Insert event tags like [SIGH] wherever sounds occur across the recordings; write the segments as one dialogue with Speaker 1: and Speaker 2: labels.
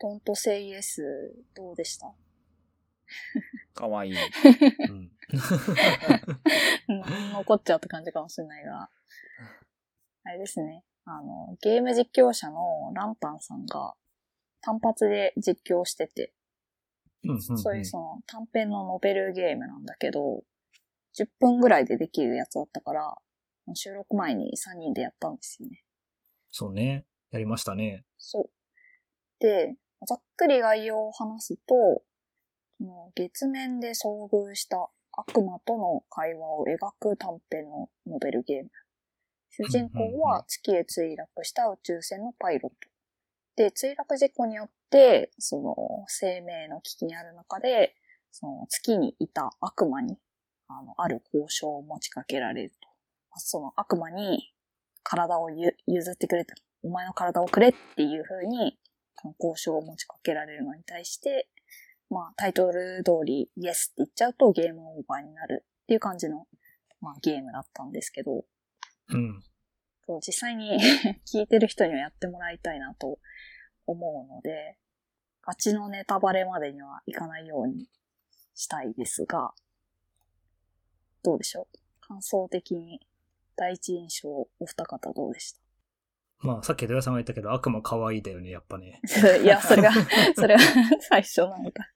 Speaker 1: トントセイエス、どうでした、
Speaker 2: かわいい。
Speaker 3: うん。
Speaker 1: うん、残っちゃうって感じかもしれないが。あれですね。あの、ゲーム実況者のランパンさんが単発で実況してて、
Speaker 3: うん
Speaker 1: そういうその短編のノベルゲームなんだけど、10分ぐらいでできるやつだったから、収録前に3人でやったんですよね。
Speaker 3: そうね。やりましたね。
Speaker 1: そう。で、ざっくり概要を話すと、その月面で遭遇した悪魔との会話を描く短編のノベルゲーム。主人公は月へ墜落した宇宙船のパイロット。で、墜落事故によって、その生命の危機にある中で、その月にいた悪魔に、あの、ある交渉を持ちかけられると。その悪魔に体をゆ譲ってくれたお前の体をくれっていう風に、この交渉を持ちかけられるのに対して、まあ、タイトル通り、イエスって言っちゃうとゲームオーバーになるっていう感じの、まあ、ゲームだったんですけど、
Speaker 3: うん。
Speaker 1: そう実際に [LAUGHS] 聞いてる人にはやってもらいたいなと思うので、ガチのネタバレまでにはいかないようにしたいですが、どうでしょう感想的に第一印象お二方どうでした
Speaker 3: まあ、さっき土屋さんが言ったけど、悪魔可愛いだよね、やっぱね。
Speaker 1: [LAUGHS] いや、それが、それは最初なのか。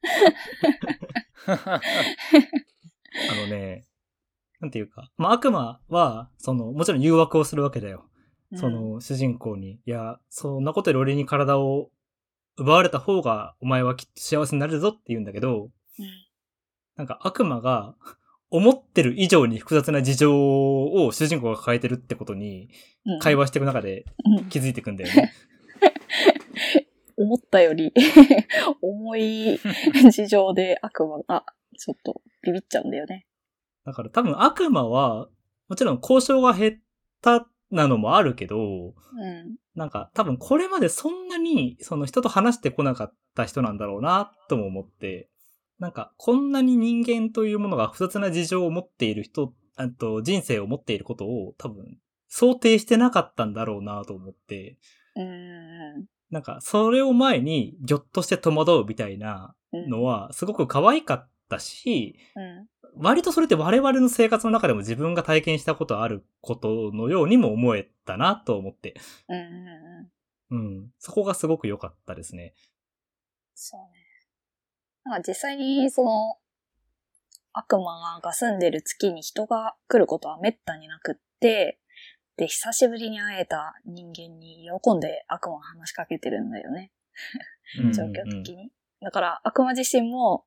Speaker 3: あのね、なんていうか。まあ、悪魔は、その、もちろん誘惑をするわけだよ。そ
Speaker 1: うん、
Speaker 3: の、主人公に。いや、そんなことより俺に体を奪われた方が、お前はきっと幸せになれるぞって言うんだけど、なんか悪魔が思ってる以上に複雑な事情を主人公が抱えてるってことに
Speaker 1: うん
Speaker 3: 会、話していく中で
Speaker 1: うん
Speaker 3: 気づいていくんだよね。
Speaker 1: 思ったより [LAUGHS] 重い事情で悪魔が、ちょっとビビっちゃうんだよね。
Speaker 3: だから多分悪魔は、もちろん交渉が減ったなのもあるけど、
Speaker 1: うん。
Speaker 3: なんか多分これまでそんなにその人と話してこなかった人なんだろうなとも思って、なんかこんなに人間というものが複雑な事情を持っている人、あと人生を持っていることを多分想定してなかったんだろうなと思って、
Speaker 1: うん。
Speaker 3: なんか、それを前に、ぎょっとして戸惑うみたいな
Speaker 1: うん。
Speaker 3: のは、すごく可愛かったし、
Speaker 1: うん。
Speaker 3: 割とそれって我々の生活の中でも自分が体験したことあることのようにも思えたなと思って、
Speaker 1: うん。うん。
Speaker 3: うん。そこがすごく良かったですね。
Speaker 1: そうね。なんか実際に、その、悪魔が住んでる月に人が来ることは滅多になくって、で、久しぶりに会えた人間に喜んで悪魔が話しかけてるんだよね。
Speaker 3: うん
Speaker 1: 状況的に。だから、悪魔自身も、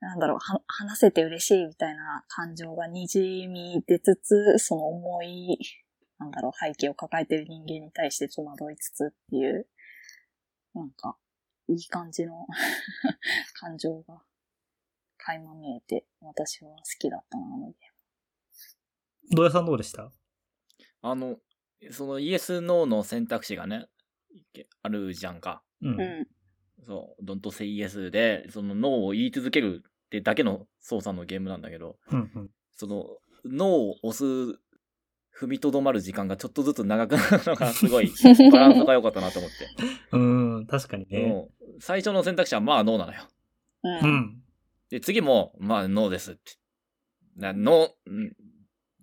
Speaker 1: なんだろう、は話せて嬉しいみたいな感情がにじみ出つつ、その重い、なんだろう、背景を抱えてる人間に対して戸惑いつつっていう、なんか、いい感じの [LAUGHS] 感情が垣間見えて、私は好きだったな、あのゲーム
Speaker 3: 土屋さんどうでした
Speaker 2: あの、そのイエス・ノーの選択肢がね、あるじゃんか。
Speaker 3: うん。
Speaker 1: うん。
Speaker 2: そう、ドントセイイエスで、そのノーを言い続けるってだけの操作のゲームなんだけど、
Speaker 3: うんうん
Speaker 2: その、ノーを押す、踏みとどまる時間がちょっとずつ長くなるのがすごい、バランスが良かったなと思って。
Speaker 3: うん、確かにね。
Speaker 2: もう最初の選択肢はまあノーなのよ。
Speaker 3: う
Speaker 1: うん。
Speaker 3: ん。
Speaker 2: で、次も、まあノーですって。な、ノー、ん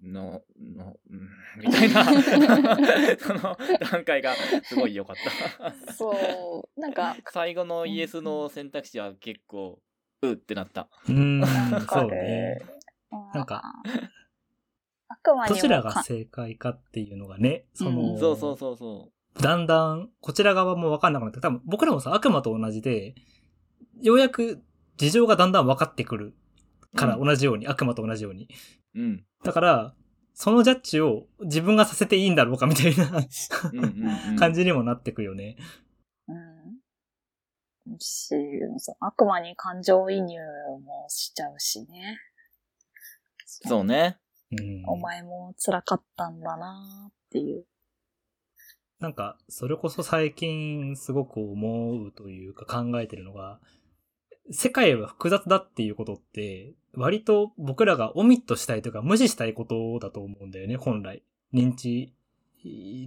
Speaker 2: ノー、ノー、うんみたいな、その段階がすごい良かった。
Speaker 1: そう、なんか、
Speaker 2: 最後のイエスの選択肢は結構、うってなった。
Speaker 3: うん、
Speaker 1: なんか
Speaker 3: そう
Speaker 1: ね
Speaker 3: ね。なんか
Speaker 1: 悪魔に
Speaker 3: ど
Speaker 1: も
Speaker 3: ちらが
Speaker 1: か
Speaker 3: 正解かっていうのがね、その、
Speaker 1: うん
Speaker 2: そうそうそうそ
Speaker 3: だんだん、こちら側も分かんなくなって、多分僕らもさ、悪魔と同じで、ようやく事情がだんだん分かってくるから、
Speaker 2: うん
Speaker 3: 同じように、悪魔と同じように。
Speaker 2: う。うん。
Speaker 3: だから、そのジャッジを自分がさせていいんだろうかみたいな
Speaker 2: うんうんうん、
Speaker 3: 感じにもなってくよね。
Speaker 1: うん。し、そう悪魔に感情移入もしちゃうしね。
Speaker 2: そうね。
Speaker 3: うん
Speaker 1: お前も辛かったんだなっていう。
Speaker 3: なんか、それこそ最近すごく思うというか考えてるのが、世界は複雑だっていうことって、割と僕らがオミットしたいというか無視したいことだと思うんだよね、本来。認知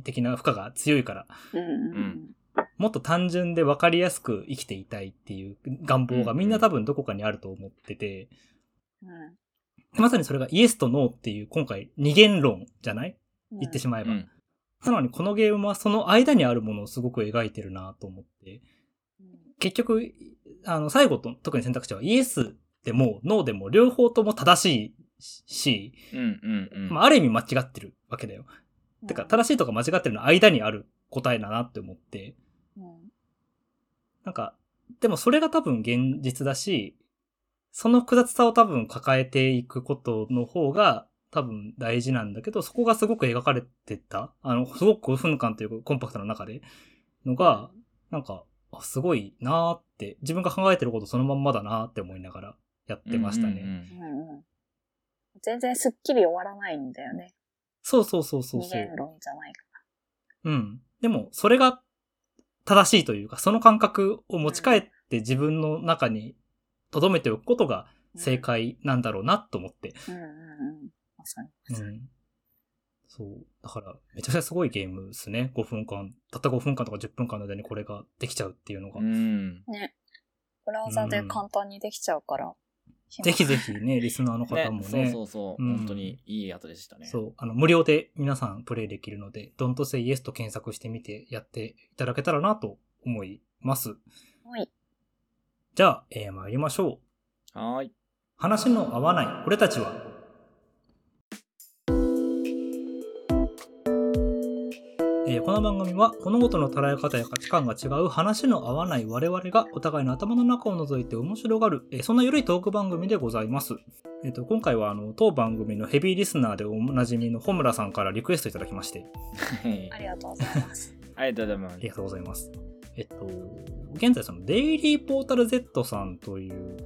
Speaker 3: 的な負荷が強いから。
Speaker 1: うんうん
Speaker 2: うん
Speaker 3: もっと単純で分かりやすく生きていたいっていう願望がみんな多分どこかにあると思ってて、
Speaker 1: うん
Speaker 3: まさにそれがイエスとノーっていう今回二元論じゃない
Speaker 1: うん。
Speaker 3: 言ってし
Speaker 1: ま
Speaker 3: まえば。
Speaker 2: うん
Speaker 3: なのにこのゲームはその間にあるものをすごく描いてるなと思って。結局、あの、最後と、特に選択肢はイエスでもノーでも両方とも正しいし、
Speaker 2: うんうんうん。
Speaker 3: まあ、ある意味間違ってるわけだよ。
Speaker 1: うん。
Speaker 3: てか、正しいとか間違ってるの間にある答えだなって思って。
Speaker 1: うん
Speaker 3: なんか、でもそれが多分現実だし、その複雑さを多分抱えていくことの方が多分大事なんだけど、そこがすごく描かれてた、あの、すごく5分間というコンパクトな中で、のが、なんか、あすごいなーって、自分が考えてることそのまんまだなーって思いながらやってましたね。
Speaker 2: うんうん
Speaker 1: うんうん。全然すっきり終わらないんだよね。
Speaker 3: そうそうそうそう
Speaker 1: 二
Speaker 3: そう。
Speaker 1: 元論じゃないか
Speaker 3: うん。でも、それが正しいというか、その感覚を持ち帰って自分の中に留めておくことが
Speaker 1: ら。
Speaker 3: 正解なんだろうなと思って。
Speaker 1: うん。うんうんうん。まさに。
Speaker 3: うん。そう。だから、めちゃくちゃすごいゲームですね。5分間。たった5分間とか10分間の間にこれができちゃうっていうのが。
Speaker 2: うん。
Speaker 1: ね。ブラウザで簡単にできちゃうから。
Speaker 3: ぜひぜひね、リスナーの方もね。
Speaker 2: ね、そうそうそう、
Speaker 3: うん
Speaker 2: 本当にいいやつでしたね。
Speaker 3: そう。あの、無料で皆さんプレイできるので、Don't Say Yes と検索してみてやっていただけたらなと思います。
Speaker 1: はい。
Speaker 3: じゃあ、えー、参りましょう。
Speaker 2: は
Speaker 3: [LAUGHS]
Speaker 2: ーい。
Speaker 3: 話の合わない俺たちはえーこの番組は物事の捉え方や価値観が違う話の合わない我々がお互いの頭の中を覗いて面白がる、えーそんな緩いトーク番組でございます。えっ、と、今回はあの、当番組のヘビーリスナーでおなじみの穂村さんからリクエストいただきまして、
Speaker 1: ありがとうございます。
Speaker 2: ありがとうござ
Speaker 3: あ
Speaker 2: い
Speaker 3: りが
Speaker 2: ま
Speaker 3: とうございます。えっと、現在そのデイリーポータル Z さんという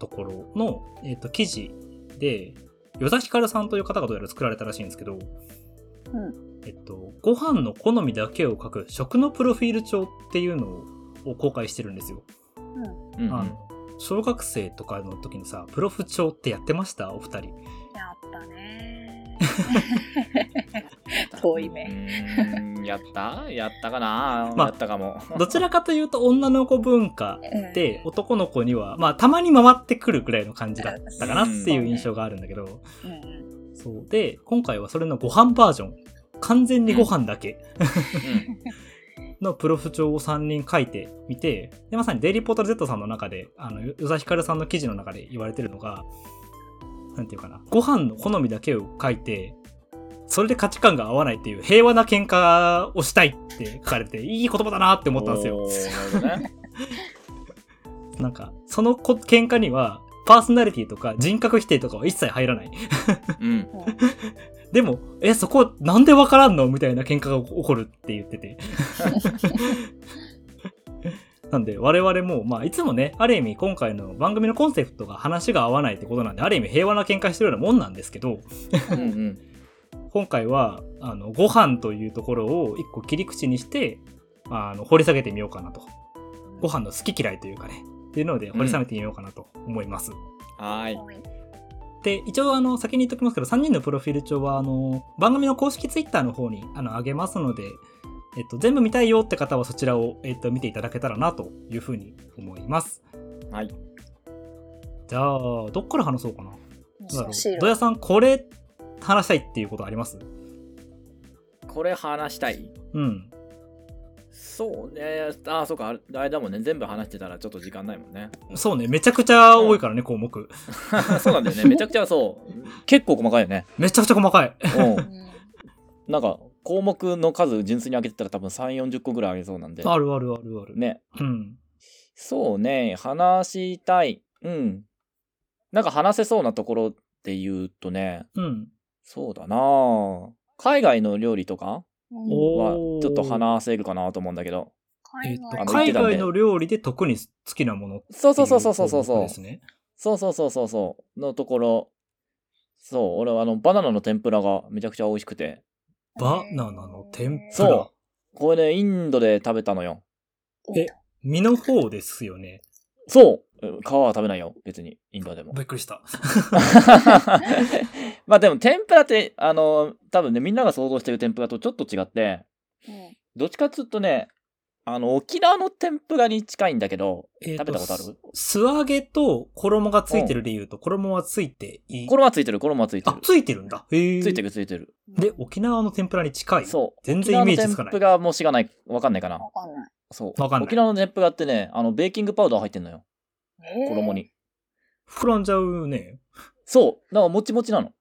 Speaker 3: ところの、えっと、記事で、与田ヒカルさんという方がどうやら作られたらしいんですけど、
Speaker 1: うん。
Speaker 3: えっと、ご飯の好みだけを書く食のプロフィール帳っていうのを公開してるんですよ。
Speaker 1: うん。
Speaker 2: す。うんうん
Speaker 3: あの小学生とかの時にさ、プロフ帳ってやってましたお
Speaker 2: [LAUGHS]
Speaker 3: 二人。
Speaker 1: やったね。
Speaker 2: った
Speaker 1: 遠い目
Speaker 2: うーんやったやったかな、
Speaker 3: [LAUGHS] まあ
Speaker 2: やったかも。
Speaker 3: どちらかというと女の子文化
Speaker 1: うん
Speaker 3: で、男の子には、まあ、たまに回ってくるくらいの感じだったかなっていう印象があるんだけど、
Speaker 1: うんうん。
Speaker 3: そう。で、今回はそれのご飯バージョン。完全にご飯だけのプロフ帳を3人書いてみて、で、まさにデイリーポータル Z さんの中で、あの、よ与田ヒカルさんの記事の中で言われてるのが、なんていうかな、ご飯の好みだけを書いて、それで価値観が合わないっていう平和な喧嘩をしたいって書かれて、いい言葉だなって
Speaker 2: うん、
Speaker 3: 思ったんですよ
Speaker 2: お。ーなるほどね。
Speaker 3: なんか、そのこ喧嘩には、パーソナリティとか人格否定とかは一切入らない。
Speaker 2: うん。
Speaker 3: でも、え、そこなんでわからんのみたいな喧嘩が起こるって言ってて。なんで、我々も、まあ、いつもね、ある意味今回の番組のコンセプトが話が合わないってことなんで、ある意味平和な喧嘩してるようなもんなんですけど、
Speaker 2: うんうん。
Speaker 3: 今回は、あの、ご飯というところを一個切り口にして、あの、掘り下げてみようかなと。ご飯の好き嫌いというかね、っていうので掘り下げてみようかなと思います。
Speaker 2: はーい。
Speaker 1: はい。
Speaker 3: で、一応、あの、先に言っときますけど、3人のプロフィール帳は、あの、番組の公式ツイッターの方に、あの、上げますので、えっと、全部見たいよって方はそちらを、えっと、見ていただけたらな、というふうに思います。
Speaker 2: はい。
Speaker 3: じゃあ、どっから話そうかな。どうだろ
Speaker 1: 味噌
Speaker 3: う。
Speaker 1: 汁
Speaker 3: 土。屋さん、これ、話したいっていうことあります
Speaker 2: これ話したい。
Speaker 3: うん。
Speaker 2: そうね。あ、そうか。あれあれだもんね。全部話してたらちょっと時間ないもん [LAUGHS] ね。
Speaker 3: そうね、めちゃくちゃ多いからね、項目。
Speaker 2: そうなんだよね。めちゃくちゃそう。結構細かいよ [LAUGHS] ね。
Speaker 3: めちゃくちゃ細かい。
Speaker 2: うん
Speaker 1: う。ん
Speaker 2: なんか項目の数純粋に開けてたら多分3、40個ぐらいありそうなんで。
Speaker 3: あるあるあるある。
Speaker 2: ね。
Speaker 3: うん。
Speaker 2: そうね。話したい。うん。なんか話せそうなところで言うとね、
Speaker 3: うん。
Speaker 2: そうだなあ海外の料理とか
Speaker 1: うん
Speaker 2: は
Speaker 3: おー
Speaker 2: ちょっと話せるかなと思うんだけど。
Speaker 1: 海
Speaker 3: えっと
Speaker 1: 外
Speaker 2: あ、の
Speaker 3: 海
Speaker 2: 言ってたん
Speaker 3: 外
Speaker 2: で
Speaker 3: の料理で特に好きなものってい
Speaker 2: そうそうそうそうそうそう
Speaker 3: 項目
Speaker 2: そう。
Speaker 3: ですね。
Speaker 2: そうそうそうそうそう。のところ。そう、俺はあの、バナナの天ぷらがめちゃくちゃ美味しくて。
Speaker 3: バナナの天ぷ
Speaker 2: そう
Speaker 3: ら。
Speaker 2: これね、インドで食べたのよ。
Speaker 3: え身の方ですよね。
Speaker 2: そううん皮は食べないよ。別に、インドでも。
Speaker 3: びっくりした。
Speaker 2: [LAUGHS] まあでも天ぷらってあの多分ねみんなが想像してる天ぷらとちょっと違って
Speaker 1: うん
Speaker 2: どっちかっつうとねあの、沖縄の天ぷらに近いんだけど、
Speaker 3: えー
Speaker 2: 食べたことある
Speaker 3: 素揚げと衣がついてる理由と衣はついていい。
Speaker 2: 衣はついてる、衣はついて
Speaker 3: あ
Speaker 2: る、。
Speaker 3: ついてるんだ。へえ。
Speaker 2: ついてる、ついてる。
Speaker 3: で、沖縄の天ぷらに近い。
Speaker 2: そう。
Speaker 3: 全然イメージつかない
Speaker 2: 沖縄の天ぷらも知らない、わかんないかな。
Speaker 1: わかんない。
Speaker 2: そう。
Speaker 3: わかんない
Speaker 2: 沖縄の天ぷらってね、あの、ベーキングパウダー入ってんのよ。
Speaker 1: えー
Speaker 2: 衣。に。
Speaker 3: 膨らんじゃうね。
Speaker 2: そう。だから、もちもちなの。。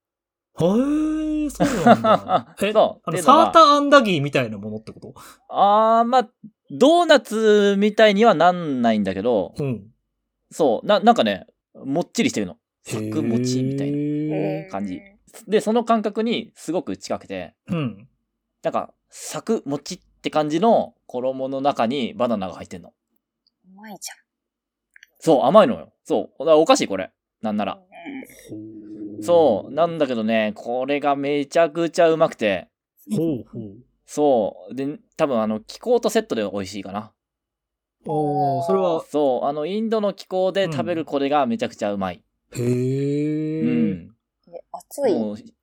Speaker 3: へえ、そうなんだえ、
Speaker 2: そう
Speaker 3: あ
Speaker 2: って
Speaker 3: の、
Speaker 2: いうの
Speaker 3: サ
Speaker 2: が
Speaker 3: ーターアンダギーみたいなものってこと
Speaker 2: あー、まあ、ドーナツみたいにはなんないんだけど、
Speaker 3: うん。
Speaker 2: そう。な、なんかね、もっちりしてるの。サ
Speaker 3: へえ
Speaker 2: クもちみたいな。
Speaker 1: へー
Speaker 2: 感じで、その感覚にすごく近くて、
Speaker 3: うん。
Speaker 2: なんか、サク、もちって感じの衣の中にバナナが入ってんの。
Speaker 1: うまいじ
Speaker 2: そう、甘いのよ。そう。だからおかしい、これ。なんな
Speaker 1: ゃん。
Speaker 2: ら。
Speaker 1: いいね
Speaker 2: そう。なん
Speaker 3: ほ
Speaker 2: だけどね、これがめちゃくちゃうまくて。
Speaker 3: うほう。
Speaker 2: そう。で、多分あの、気候とセットで美味しいかな。
Speaker 3: おー、それは、
Speaker 2: そう。あの、インドの気候で食べるこれがめちゃくちゃうまい。
Speaker 3: へえ。
Speaker 2: うん。
Speaker 1: え熱い。
Speaker 2: もうひ、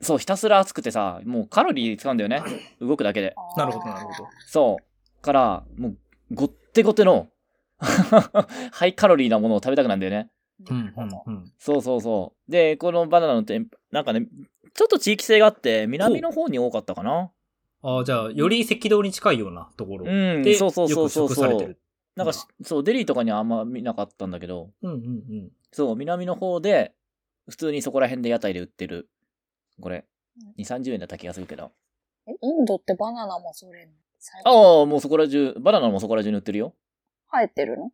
Speaker 2: そう、ひたすら熱くてさ、もうカロリー使うんだ
Speaker 3: [LAUGHS]
Speaker 2: よね。動くだけで。
Speaker 1: あー
Speaker 3: なるほど、なるほど。
Speaker 2: そう。から、もう、ごってごての、 [LAUGHS] ハイカロリーなものを食べたくなんだよね。
Speaker 3: うん、う
Speaker 1: なる
Speaker 3: ん
Speaker 1: ほ、
Speaker 3: うん。
Speaker 2: そうそうそう。で、このバナナの天ぷなんかね、ちょっと地域性があって、南の方に多かったかな。
Speaker 3: ああ、じゃあ、より赤道に近いようなところ。
Speaker 2: うん
Speaker 3: で、
Speaker 2: そうそうそうそう
Speaker 3: よく食されてる。
Speaker 2: なんかし、そう、デリーとかにはあんま見なかったんだけど、
Speaker 3: うん、うん、うん。
Speaker 2: そう、南の方で、普通にそこら辺で屋台で売ってる、これ
Speaker 1: うん、
Speaker 2: 2、30円だった気がするけど。
Speaker 1: ど。えインドってバナナもそれ、最近
Speaker 2: ああ、もうそこら中、バナナもそこら中に売ってるよ。
Speaker 1: 生えてるの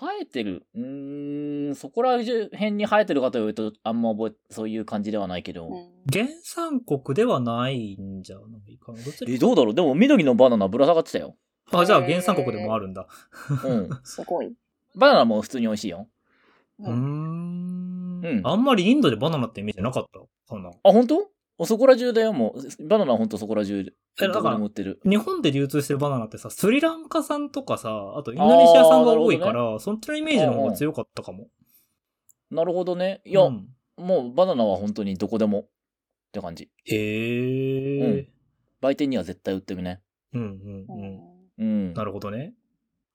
Speaker 2: 生えてるうーん、そこら辺に生えてるかというと、あんま覚え、そういう感じではないけど。
Speaker 1: うん
Speaker 3: 原産国ではないんじゃないかな。どっち
Speaker 2: え、どうだろうでも緑のバナナぶら下がってたよ。
Speaker 3: あ、じゃあ原産国でもあるんだ。
Speaker 2: うん。 [LAUGHS]
Speaker 1: すごい。
Speaker 2: バナナも普通に美味しいよ。
Speaker 3: うーん
Speaker 2: うん
Speaker 3: あんまりインドでバナナってイメージなかったかな。
Speaker 2: あ、本当？あそこら中だよ、もう。バナナほんとそこら中で。
Speaker 3: えだから
Speaker 2: どこでも売ってる。
Speaker 3: 日本で流通してるバナナってさ、スリランカ産とかさ、あとインドネシア産が多いか
Speaker 2: あーなる
Speaker 3: ら、そっちのイメージの方が強かったかも。
Speaker 2: なるほどね。い
Speaker 3: い
Speaker 2: や、もうバナナは本当にどこでも。って感じ。
Speaker 3: へえ。
Speaker 2: 売店には絶対売ってるね。
Speaker 3: うんうん
Speaker 1: う
Speaker 3: うん。
Speaker 1: ん
Speaker 2: うん。
Speaker 3: なるほどね。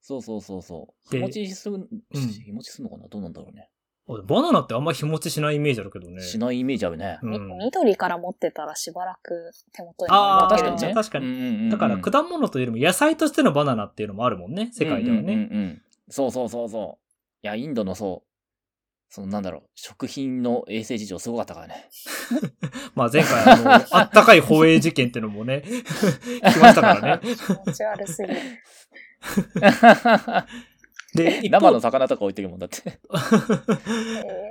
Speaker 2: そうそうそうそう。
Speaker 3: で
Speaker 2: 日持ちする、
Speaker 3: うん
Speaker 2: 日持ちするのかなどうなんだろうね。
Speaker 3: あバナナってあんま日持ちしないイメージあるけどね。
Speaker 2: しないイメージあるね。
Speaker 3: う
Speaker 1: え
Speaker 3: ん
Speaker 1: 緑から持ってたらしばらく手元に
Speaker 2: まあ
Speaker 3: あー
Speaker 2: 確かにね。
Speaker 3: 確かに
Speaker 2: うんうんうんうん
Speaker 3: だから果物というよりも野菜としてのバナナっていうのもあるもんね、世界では
Speaker 2: うんう
Speaker 3: ね。
Speaker 2: んうんうんそうそうそうそう。いや、インドのそう、そのなんだろう、食品の衛生事情すごかったからね。
Speaker 3: まあ前回あの、あったかい放映事件っていうのも
Speaker 2: [LAUGHS]
Speaker 3: ね、聞きましたからね。
Speaker 1: 気持ち悪すぎる。
Speaker 3: で、一
Speaker 2: 生
Speaker 3: 方
Speaker 2: の魚とか置いてるもんだって。 [LAUGHS]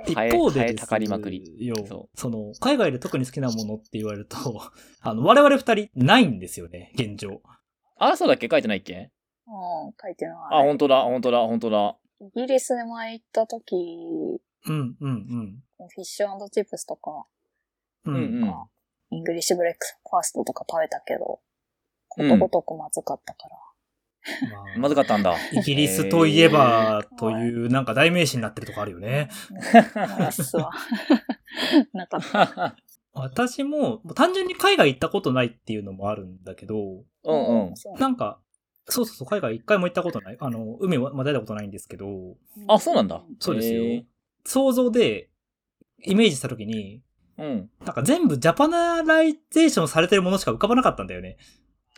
Speaker 1: え
Speaker 3: 一
Speaker 2: 生え
Speaker 3: 方で
Speaker 2: 生
Speaker 3: で
Speaker 2: え
Speaker 3: す
Speaker 2: たかりまくり
Speaker 3: よ
Speaker 2: そ
Speaker 3: その、海外で特に好きなものって言われると、 [LAUGHS] あの、我々二人ないんですよね、現状。
Speaker 2: あ、そうだっけ書いてないっけ
Speaker 1: ーうん、書いて
Speaker 2: あ、
Speaker 1: ない。
Speaker 2: 本当だ、本当だ、本当だ。
Speaker 1: イギリスで前行った時、
Speaker 3: うん、うん、
Speaker 1: フィッシュチップスとか、
Speaker 3: うん。う
Speaker 2: うん
Speaker 3: ん、
Speaker 2: うん。
Speaker 1: イングリッシュブレックファーストとか食べたけど、こ
Speaker 2: うん
Speaker 1: とごとくまずかったから。
Speaker 2: まず
Speaker 3: か
Speaker 2: かったんだ。
Speaker 3: イギリスといえば、という、なんか代名詞になってるとこあるよね。
Speaker 1: うんナイス
Speaker 2: [LAUGHS]
Speaker 1: は。なかった。
Speaker 2: へー。
Speaker 3: 私も、もう単純に海外行ったことないっていうのもあるんだけど、
Speaker 2: うんうん。
Speaker 1: そう
Speaker 3: なんか、そうそうそう、海外一回も行ったことない。あの、海はまだ出たことないんですけど、
Speaker 2: あ、そうなんだ。
Speaker 3: そうです
Speaker 2: へー
Speaker 3: よ。想像で、イメージしたときに、
Speaker 2: うん。
Speaker 3: なんか全部ジャパナライゼーションされてるものしか浮かばなかったんだよね。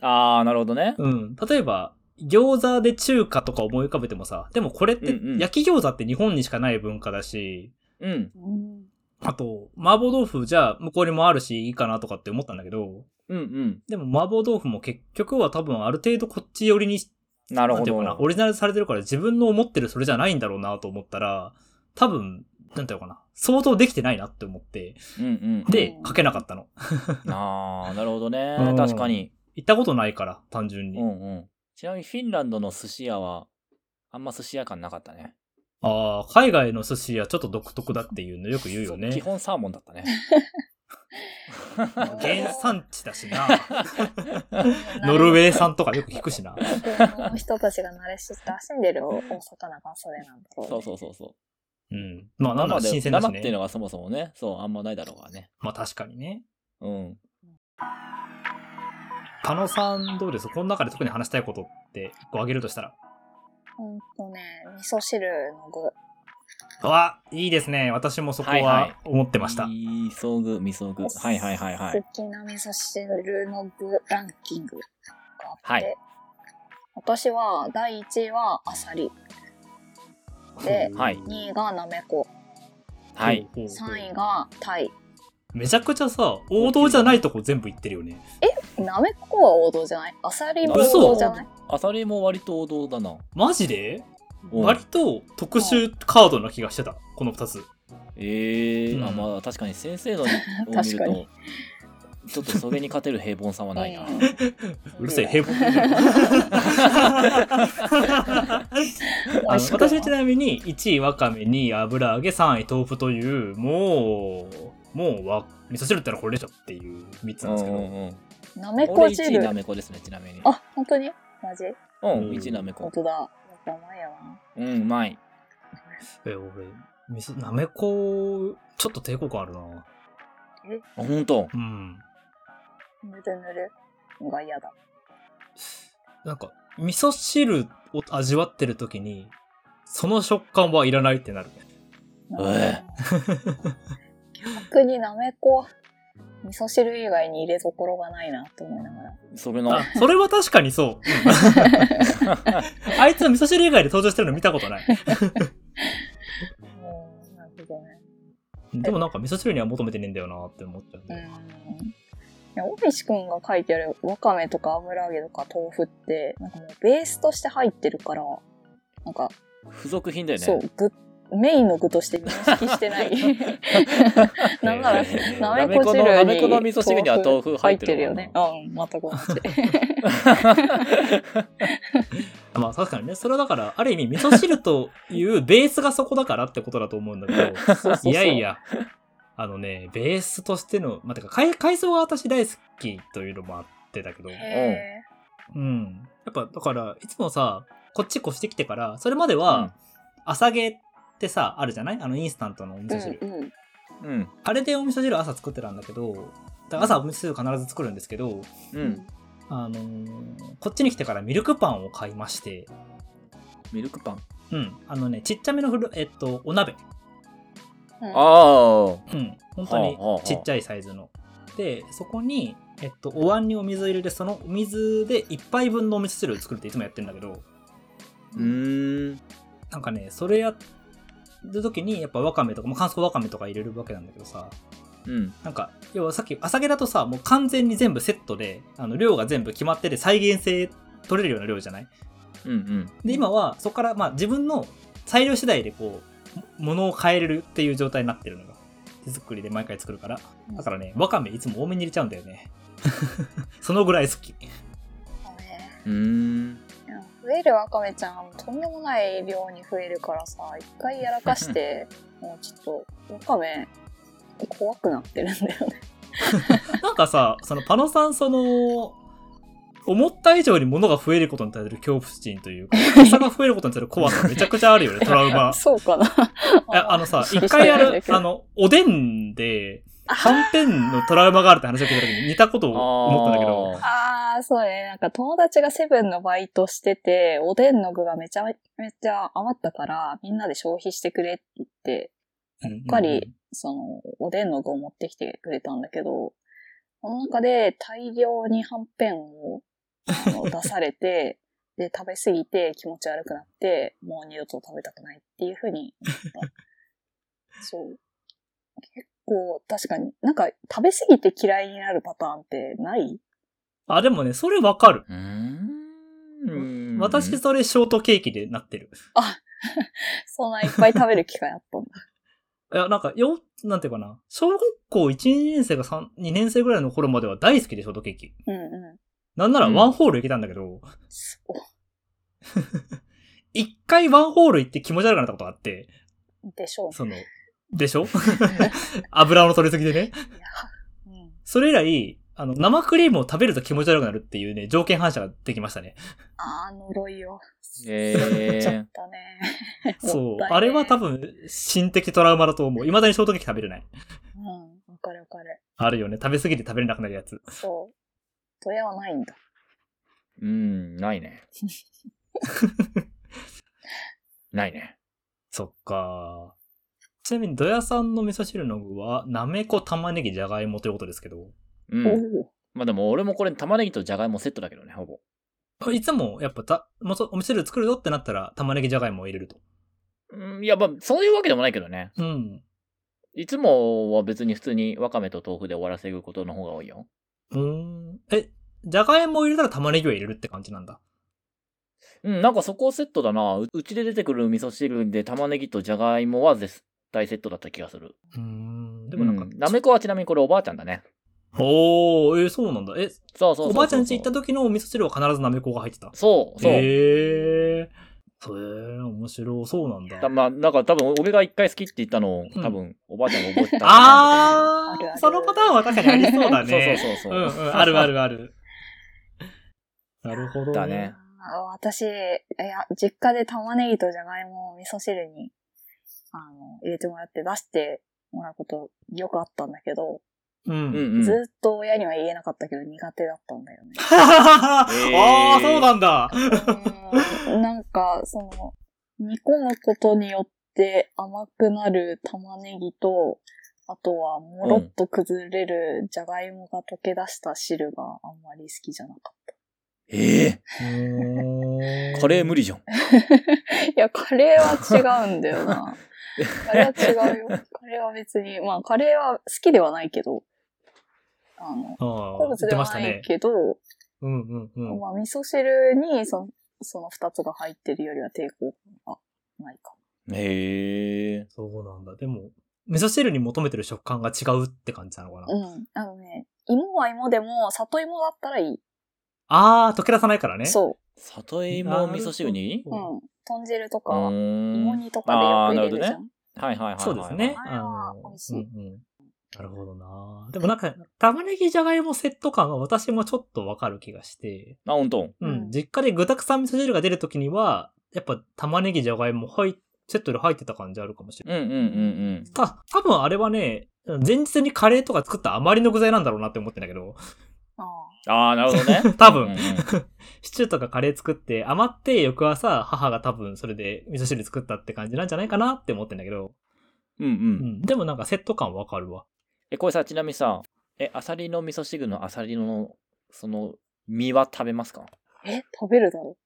Speaker 2: あー、なるほどね。
Speaker 3: うん。例えば、餃子で中華とか思い浮かべてもさ、でもこれって
Speaker 2: うんうん
Speaker 3: 焼き餃子って日本にしかない文化だし、
Speaker 2: うん。
Speaker 1: うん。
Speaker 3: あと、麻婆豆腐じゃあ向こうにもあるしいいかなとかって思ったんだけど、
Speaker 2: うんうん。
Speaker 3: でも麻婆豆腐も結局は多分ある程度こっち寄りにし
Speaker 2: なる
Speaker 3: な
Speaker 2: ほ
Speaker 3: んていう
Speaker 2: ど
Speaker 3: のかな、。オリジナルされてるから自分の思ってるそれじゃないんだろうなと思ったら、多分、なんていうのかな、相当できてないなって思って、
Speaker 2: うんうん。
Speaker 3: で、書けなかったの。
Speaker 2: あー、なるほどね
Speaker 3: う。ん
Speaker 2: 確かに。
Speaker 3: 行ったことないから、単純に。
Speaker 2: うんうん。ちなみにフィンランドの寿司屋は、あんま寿司屋感なかったね。
Speaker 3: ああ、海外の寿司はちょっと独特だっていうのよく言うよ
Speaker 2: 基
Speaker 3: ね。
Speaker 2: 本サーモンだったね。
Speaker 3: 原産地だし
Speaker 2: [LAUGHS]
Speaker 3: な。ノ
Speaker 1: ノ
Speaker 3: ルウ
Speaker 1: ー。
Speaker 3: ェー産とかよく聞くしな。
Speaker 1: の人たちが慣れ親しんでるお魚がそれなんだろう、ね。
Speaker 2: そうそうそうそう。
Speaker 3: うん。まあ、なんだ、
Speaker 2: 生で
Speaker 3: 新鮮だし
Speaker 2: 生っていう
Speaker 3: ね。
Speaker 2: のがそもそもね、そう、あんまないだろうからね。
Speaker 3: まあ、確かにね。
Speaker 2: うん。
Speaker 3: 狩野さんどうですこの中で特に話したいことって一個挙げるとしたら。
Speaker 1: ほんとね、味噌汁の具。
Speaker 3: わ、いいですね。私もそこ
Speaker 2: はいは
Speaker 3: はい思ってました。
Speaker 2: みそぐ、みそぐ。はいはいはいはい。
Speaker 1: 好きな味噌汁の具ランキングがあ
Speaker 2: は
Speaker 1: って、
Speaker 2: い
Speaker 1: 私は第1位はアサリ、で
Speaker 2: はい
Speaker 1: 2位がなめこ、
Speaker 2: はい。
Speaker 3: ほうほうほう
Speaker 1: 3位がタイ。
Speaker 3: めちゃくちゃさ、王道じゃないとこ全部行ってるよね。
Speaker 1: なめこは王道じゃないアサリも王道じゃない
Speaker 2: アサリも割と王道だな。
Speaker 3: マジで
Speaker 2: うん
Speaker 3: 割と特殊カードな気がしてた。この二つ。
Speaker 2: ええ
Speaker 3: うん
Speaker 2: あまあ確かに先生のを
Speaker 1: [LAUGHS]
Speaker 2: 見
Speaker 1: 確
Speaker 2: る
Speaker 1: か
Speaker 2: と
Speaker 1: に
Speaker 2: ちょっとそれに勝てる平凡さはないな。
Speaker 3: [LAUGHS] うるせえ、
Speaker 1: うん
Speaker 3: 平
Speaker 1: 美味しくない
Speaker 3: 凡。あの私はちなみに1位わかめ2位油揚げ3位豆腐というもうもうわ味噌汁ってのはこれでしょっていう3つなんですけど、
Speaker 2: うんうんうん
Speaker 1: なめこ
Speaker 2: 俺1位
Speaker 1: 汁
Speaker 2: な。めこですねちなみに。
Speaker 1: あ、本当にマジ
Speaker 2: うん1位なめ
Speaker 1: 本
Speaker 2: こ。
Speaker 1: 当だ。やっぱ甘いよな。
Speaker 2: うんうまい。
Speaker 3: え俺味噌なめこちょっと抵抗感あるな
Speaker 2: あ本当。
Speaker 3: うん
Speaker 1: ぬるぬるのが嫌だ。
Speaker 3: なんか味噌汁を味わってる時にその食感はいらないってなるね
Speaker 2: え
Speaker 1: 逆になめこ、味噌汁以外に入れ所がないなと思いながら。
Speaker 2: それ
Speaker 3: あ
Speaker 2: な。
Speaker 3: それは確かにそう [LAUGHS] あいつは味噌汁以外で登場してるの見たことない
Speaker 1: うん、なるほどね。
Speaker 3: でもなんか味噌汁には求めてねえんだよなって思っちゃう、
Speaker 1: うん
Speaker 3: ね。
Speaker 1: いや、大石くんが書いてあるわかめとか油揚げとか豆腐って、なんかもうベースとして入ってるから、なんか、
Speaker 2: 付属品だよね。 [LAUGHS]
Speaker 1: そう、具、メインの具として認識してない。 [LAUGHS] なんなら、な
Speaker 2: な
Speaker 1: め
Speaker 2: め
Speaker 1: こ
Speaker 2: こ
Speaker 1: 汁
Speaker 2: の
Speaker 1: に
Speaker 2: なめこの味噌汁には豆腐入
Speaker 1: 入
Speaker 2: っ
Speaker 1: ってて
Speaker 2: る
Speaker 1: るよね。うん、全く同
Speaker 2: [LAUGHS]
Speaker 1: じ。
Speaker 3: まあ確かにね、それはだから、ある意味味噌汁というベースがそこだからってことだと思うんだけど、
Speaker 1: [LAUGHS] そうそうそう
Speaker 3: いやいや、あのね、ベースとしての、まあ、てか、海海藻は私大好きというのもあってだけど、
Speaker 1: へ
Speaker 3: うん。やっぱだから、いつもさ、こっち越してきてから、それまでは、朝げってさ、あるじゃないあのインスタントのお味噌汁。
Speaker 1: ー。うんうん。
Speaker 2: うん
Speaker 3: あれでお味噌汁朝作ってたんだけど、だから朝お味噌汁必ず作るんですけど、
Speaker 2: うん。
Speaker 3: あのーこっちに来てからミルクパンを買いまして、
Speaker 2: ミルクパン。
Speaker 3: うん、あのね、ちっちゃめのふる、えっと、お鍋。
Speaker 2: ああ。
Speaker 3: うん、本当に
Speaker 2: はあはあはあ
Speaker 3: ちっちゃいサイズの。で、そこに、えっと、お椀にお水を入れて、そのお水で1杯分のお味噌汁を作るっていつもやってるんだけど、
Speaker 2: うーん。
Speaker 3: なんかね、それやる時に、やっぱわかめとか、もう乾燥わかめとか入れるわけなんだけどさ、
Speaker 2: うん。
Speaker 3: なんか、要はさっき、朝げだとさ、もう完全に全部セットで、あの量が全部決まってて、再現性取れるような量じゃない
Speaker 2: うんうん。
Speaker 3: で今はそこからまあ自分の裁量次第でこうものを変えれるっていう状態になってるのが手作りで毎回作るからだからねわかめいつも多めに入れちゃうんだよね [LAUGHS] そのぐらい好き
Speaker 1: そうね
Speaker 2: うーん。
Speaker 1: いや増えるわかめちゃんとんでもない量に増えるからさ一回やらかして
Speaker 2: [LAUGHS]
Speaker 1: もうちょっとわかめ怖くなってるんだよね
Speaker 3: なんかさそのパノさんその思った以上に物が増えることに対する恐怖心というか差が増えることに対する怖さめちゃくちゃあるよねトラウマ
Speaker 1: そうかな
Speaker 3: えあのさ一回
Speaker 2: [LAUGHS]
Speaker 3: あるあのおでんではんぺんのトラウマがあるって話を聞いた時に似たことを思ったんだけど
Speaker 2: あー
Speaker 1: ああそうねなんか友達がセブンのバイトしてておでんの具がめちゃめちゃ余ったからみんなで消費してくれって言って
Speaker 3: うん
Speaker 1: っかりそのおでんの具を持ってきてくれたんだけどその中で大量にはんぺんをあの出され
Speaker 3: [LAUGHS]
Speaker 1: てで食べ過ぎて気持ち悪くなってもう二度と食べたくないっていうふうに思ったそう結構確かになんか食べ過ぎて嫌いになるパターンってない
Speaker 3: あでもねそれわかる
Speaker 2: うーん。
Speaker 3: 私それショートケーキでなってる。
Speaker 1: そんないっぱい食べる機会あったんだ
Speaker 3: いや、なんか、よ、なんていうかな。小学校1、2年生が3、2年生ぐらいの頃までは大好きでショートケーキ。
Speaker 1: うんう
Speaker 3: なんなら
Speaker 2: うん
Speaker 3: ワンホール行けたんだけど、
Speaker 1: んそう
Speaker 3: 一、回ワンホール行って気持ち悪くなったことがあって、
Speaker 1: でしょうね
Speaker 3: その、でしょ [LAUGHS] 油の取りすぎでね。
Speaker 1: いやうん
Speaker 3: それ以来、あの、生クリームを食べると気持ち悪くなるっていうね、条件反射ができましたね。
Speaker 1: ああ呪いを
Speaker 2: え
Speaker 1: ちゃ
Speaker 2: ー
Speaker 1: っ、たね
Speaker 3: そ
Speaker 1: も
Speaker 3: う。
Speaker 1: ったいね
Speaker 3: あれは多分、心的トラウマだと思う。未だにショートケーキ食べれない。
Speaker 1: うんわかるわかる
Speaker 3: あるよね。食べ過ぎて食べれなくなるやつ。
Speaker 1: そう。トヤはないんだ。
Speaker 2: うん、ないね。ないね。
Speaker 3: そっか。ちなみに、ドヤさんの味噌汁の具は、なめこ、玉ねぎ、じゃがいもということですけど、
Speaker 1: お
Speaker 2: うん。
Speaker 1: お
Speaker 2: まあでも俺もこれ玉ねぎとじゃがいもセットだけどね、ほぼ。
Speaker 3: これいつも、やっぱた、もうそお味噌汁作るぞってなったら、玉ねぎ、じゃがいもを入れると。
Speaker 2: うん、いや、まあそういうわけでもないけどね。
Speaker 3: うん。
Speaker 2: いつもは別に普通にわかめと豆腐で終わらせることの方が多いよ。
Speaker 3: うーん。え、じゃがいもを入れたら玉ねぎを入れるって感じなんだ。
Speaker 2: うん、なんかそこセットだな。ううちで出てくる味噌汁で玉ねぎとじゃがいもは絶対セットだった気がする。
Speaker 3: うーん。で
Speaker 2: で
Speaker 3: も
Speaker 2: も
Speaker 3: な
Speaker 2: なんん
Speaker 3: か、
Speaker 2: か、なめこはちなみにこれおばあちゃんだね。
Speaker 3: おー、えーそうなんだ。え、
Speaker 2: そうそうそうそう
Speaker 3: おばあちゃん家行った時のお味噌汁は必ずなめこが入ってた。
Speaker 2: そう、そう。
Speaker 3: へえー。それ、面白そうなんだ。
Speaker 2: たまあ、なんか多分俺が一回好きって言ったのを
Speaker 3: うん
Speaker 2: 多分おばあちゃんが覚えてた。
Speaker 3: あ
Speaker 1: あるあ
Speaker 3: ー、
Speaker 1: る
Speaker 3: そのパターンは確かにありそうだ
Speaker 2: [LAUGHS] そうそう
Speaker 3: ね。
Speaker 2: そうそう。
Speaker 3: うんうん、あるあるある。なるほど、
Speaker 2: だね。
Speaker 1: あ私、いや、実家で玉ねぎとじゃがいもを味噌汁に、あの、入れてもらって出してもらうことよくあったんだけど、
Speaker 3: うん。
Speaker 2: うん
Speaker 3: ん、
Speaker 2: うん。
Speaker 1: ずっと親には言えなかったけど苦手だったんだよね。
Speaker 3: [LAUGHS] あ
Speaker 2: ー
Speaker 3: あ、そうなんだ。
Speaker 1: うんなんか、その、煮込むことによって甘くなる玉ねぎと、あとは、もろっと崩れるじゃがいもが溶け出した汁があんまり好きじゃなかっ
Speaker 2: ええカレー
Speaker 3: 無
Speaker 2: 無理じゃん。
Speaker 1: た。いや、カレーは違うんだよ [LAUGHS] な。カレーは違うよ。カレーは別に、まあ、カレーは好きではないけど、あの、
Speaker 3: あ
Speaker 1: 好
Speaker 3: あ、
Speaker 1: 物
Speaker 3: 言っ
Speaker 1: で
Speaker 3: てま
Speaker 1: は
Speaker 3: した
Speaker 1: ない
Speaker 3: ね。
Speaker 1: けど、
Speaker 3: うんうんうん。
Speaker 1: まあ、味噌汁にそ、その二つが入ってるよりは抵抗感がないか
Speaker 2: へえ。
Speaker 3: そうなんだ。でも、味噌汁に求めてる食感が違うって感じなのかな。
Speaker 1: うん。あのね、芋は芋でも、里芋だったらいい。
Speaker 3: ああ、溶け出さないからね。
Speaker 1: そ
Speaker 2: 里芋味噌汁に
Speaker 1: う。うん。豚汁と
Speaker 2: う
Speaker 1: か、芋
Speaker 2: ーん。
Speaker 1: 煮とかでよく入れるじ
Speaker 2: あーなるほど
Speaker 1: ゃん。
Speaker 2: ねはいはいはいはい。
Speaker 3: そうですね。
Speaker 1: あ
Speaker 3: あ
Speaker 1: ー美
Speaker 3: の
Speaker 1: 味しい
Speaker 3: うんうんなるほどな。でもなんか、玉ねぎじゃがいもセット感は私もちょっとわかる気がして、
Speaker 2: あ、ほんと。
Speaker 3: う
Speaker 1: うん
Speaker 3: ん、実家で具沢山味噌汁が出るときには、やっぱ玉ねぎじゃがいも入っセットで入ってた感じあるかもしれ
Speaker 2: う
Speaker 3: ない。
Speaker 2: んうんうんうん。
Speaker 3: た、多分あれはね、前日にカレーとか作った余りの具材なんだろうなって思ってんだけど、
Speaker 1: ああ
Speaker 2: ああ、なるほどね
Speaker 3: [LAUGHS] 。多分
Speaker 2: うんうん
Speaker 3: シチューとかカレー作って余って翌朝母が多分それで味噌汁作ったって感じなんじゃないかなって思ってんだけど、
Speaker 2: うん
Speaker 3: う
Speaker 2: うん。
Speaker 3: ん、でもなんかセット感わかるわ。
Speaker 2: え、これさ、ちなみにさ、え、アサリの味噌汁のアサリの、その、身は食べますか
Speaker 1: え、食べるだ
Speaker 3: [LAUGHS]
Speaker 1: ろ。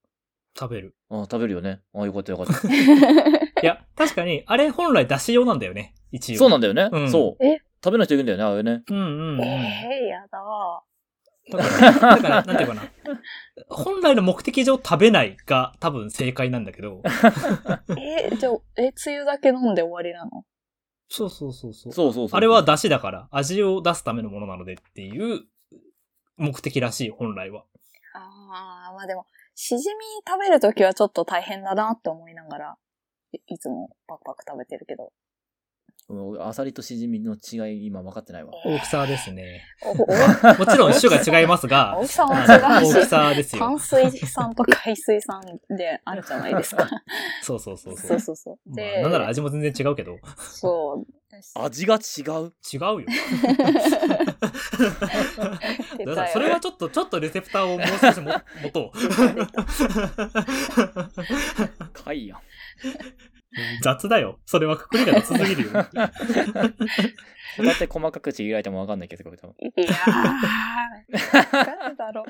Speaker 3: 食べる。
Speaker 2: あ食べるよね。あよかったよかった。
Speaker 3: [LAUGHS] いや、確かに、あれ本来出し用なんだよね、一応。
Speaker 2: そうなんだよね。
Speaker 3: うん
Speaker 2: そう。
Speaker 1: え
Speaker 2: 食べない人いるんだよね、あれね。
Speaker 3: うんうんうん。
Speaker 1: えー、やだわ。
Speaker 3: だから、だからなんていうかな。本来の目的上食べないが多分正解なんだけど。
Speaker 1: えー、じゃあ、え、つゆだけ飲んで終わりなの
Speaker 3: そうそうそうそう。
Speaker 2: そうそうそう。
Speaker 3: あれは出汁だから、味を出すためのものなのでっていう目的らしい、本来は。
Speaker 1: ああ、まあでも、しじみ食べるときはちょっと大変だなって思いながら、いいつもパクパク食べてるけど。
Speaker 2: うんアサリとシジミの違い、今分かってないわ。
Speaker 3: 大きさですね。
Speaker 1: おお
Speaker 3: もちろん種が違いますが
Speaker 1: 大、きさも
Speaker 3: あの
Speaker 1: 違
Speaker 3: 大
Speaker 1: う
Speaker 3: き
Speaker 1: し、
Speaker 3: さですよ
Speaker 1: 淡。水産と海水産であるじゃないですか。
Speaker 3: そう [LAUGHS] そうそうそ
Speaker 1: そうう。そうそう。
Speaker 3: まあ
Speaker 1: で、
Speaker 3: なんなら味も全然違うけど。
Speaker 1: そう。
Speaker 2: 味が違う
Speaker 3: 違うよ。
Speaker 1: 出たよ
Speaker 3: だからそれはちょっと、ちょっとレセプターをもう少しも持とう。
Speaker 2: かいやん。
Speaker 3: [LAUGHS] 雑だよ。それはくくりが雑すぎるよ。
Speaker 2: ホタテ細かくちぎられても分かんないけど、これ多分。
Speaker 1: いやー、なんだろ [LAUGHS]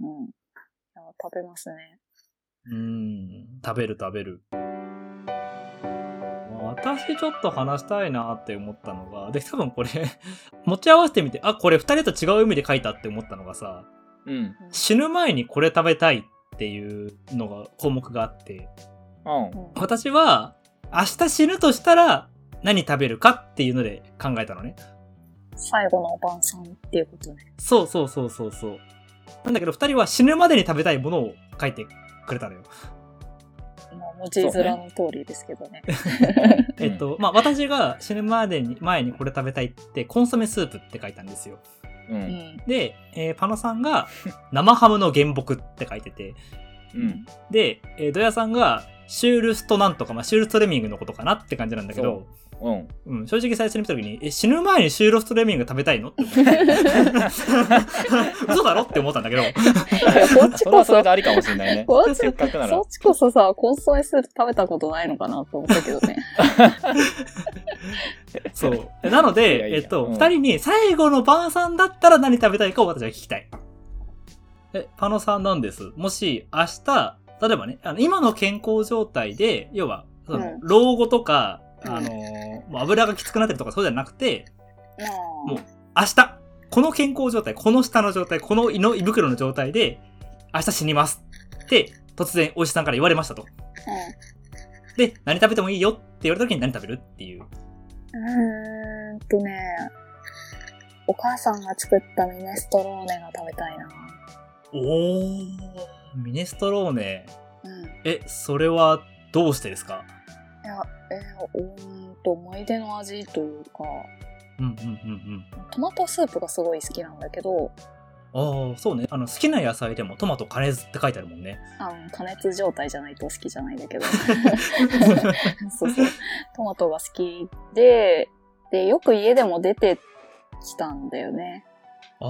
Speaker 1: う。うん。いや食べますね。
Speaker 3: うん。食べる食べる。私ちょっと話したいなって思ったのが、で、多分これ、 [LAUGHS] 持ち合わせてみて、あ、これ二人と違う意味で書いたって思ったのがさ、
Speaker 2: うん。うん。
Speaker 3: 死ぬ前にこれ食べたいっていうのが項目があって、
Speaker 1: うん
Speaker 3: 私は明日死ぬとしたら何食べるかっていうので考えたのね。
Speaker 1: 最後のお晩さんっていうことね。
Speaker 3: そうそうそうそうそう。なんだけど二人は死ぬまでに食べたいものを書いてくれたのよ。
Speaker 1: まあ、文字面の通りですけどね。
Speaker 3: えっと、まあ、私が死ぬまでに、前にこれ食べたいって、コンソメスープって書いたんですよ。
Speaker 2: う。
Speaker 1: うんん。
Speaker 3: で、えーパノさんが、生ハムの原木って書いてて、
Speaker 2: うん。
Speaker 3: で、えードヤさんが、シュールストなんとか、まあ、シュールストレミングのことかなって感じなんだけど、
Speaker 2: うん。
Speaker 3: うん、正直最初に見た時に、え、死ぬ前にシューロストレミング食べたいのって思って [LAUGHS] 嘘だろって思ったんだけど。
Speaker 1: いやこっち
Speaker 2: それ
Speaker 1: こ
Speaker 2: はそ
Speaker 1: そ
Speaker 2: れでありかもし
Speaker 1: [LAUGHS]
Speaker 2: れないね
Speaker 1: こっ。ち
Speaker 2: せっかくなら
Speaker 1: そ。っちこそさ、コンソメスープ食べたことないのかなと思ったけどね。
Speaker 3: そう。 [LAUGHS] なので、
Speaker 2: いやいや
Speaker 3: えっと、
Speaker 2: うん
Speaker 3: 二、人に最後の晩餐だったら何食べたいかを私は聞きたい。え、パノさんなんです。もし、明日、例えばね、あの今の健康状態で、要は、その
Speaker 1: うん
Speaker 3: 老後とか、
Speaker 1: うん
Speaker 3: あのーもう油がきつくなってるとかそうじゃなくて、
Speaker 1: ま
Speaker 3: もう明日、この健康状態、この舌の状態、この胃の胃袋の状態で、明日死にますって、突然お医者さんから言われましたと。で、何食べてもいいよって言われた時に何食べるっていう。
Speaker 1: うん。うーんとね、お母さんが作ったミネストローネが食べたいな。
Speaker 3: おー、ミネストローネ。
Speaker 1: うん。
Speaker 3: え、それはどうしてですか
Speaker 1: いや、えー、うーんと、思い出の味というか、
Speaker 3: うんうんうん
Speaker 1: トマトスープがすごい好きなんだけど、
Speaker 3: うん。ああ、そうね。あの、好きな野菜でもトマト加熱って書いてあるもんね。
Speaker 1: あの加熱状態じゃないと好きじゃないんだけどそうそうトマトが好きででよく家でも出てきたんだよね
Speaker 3: ああ、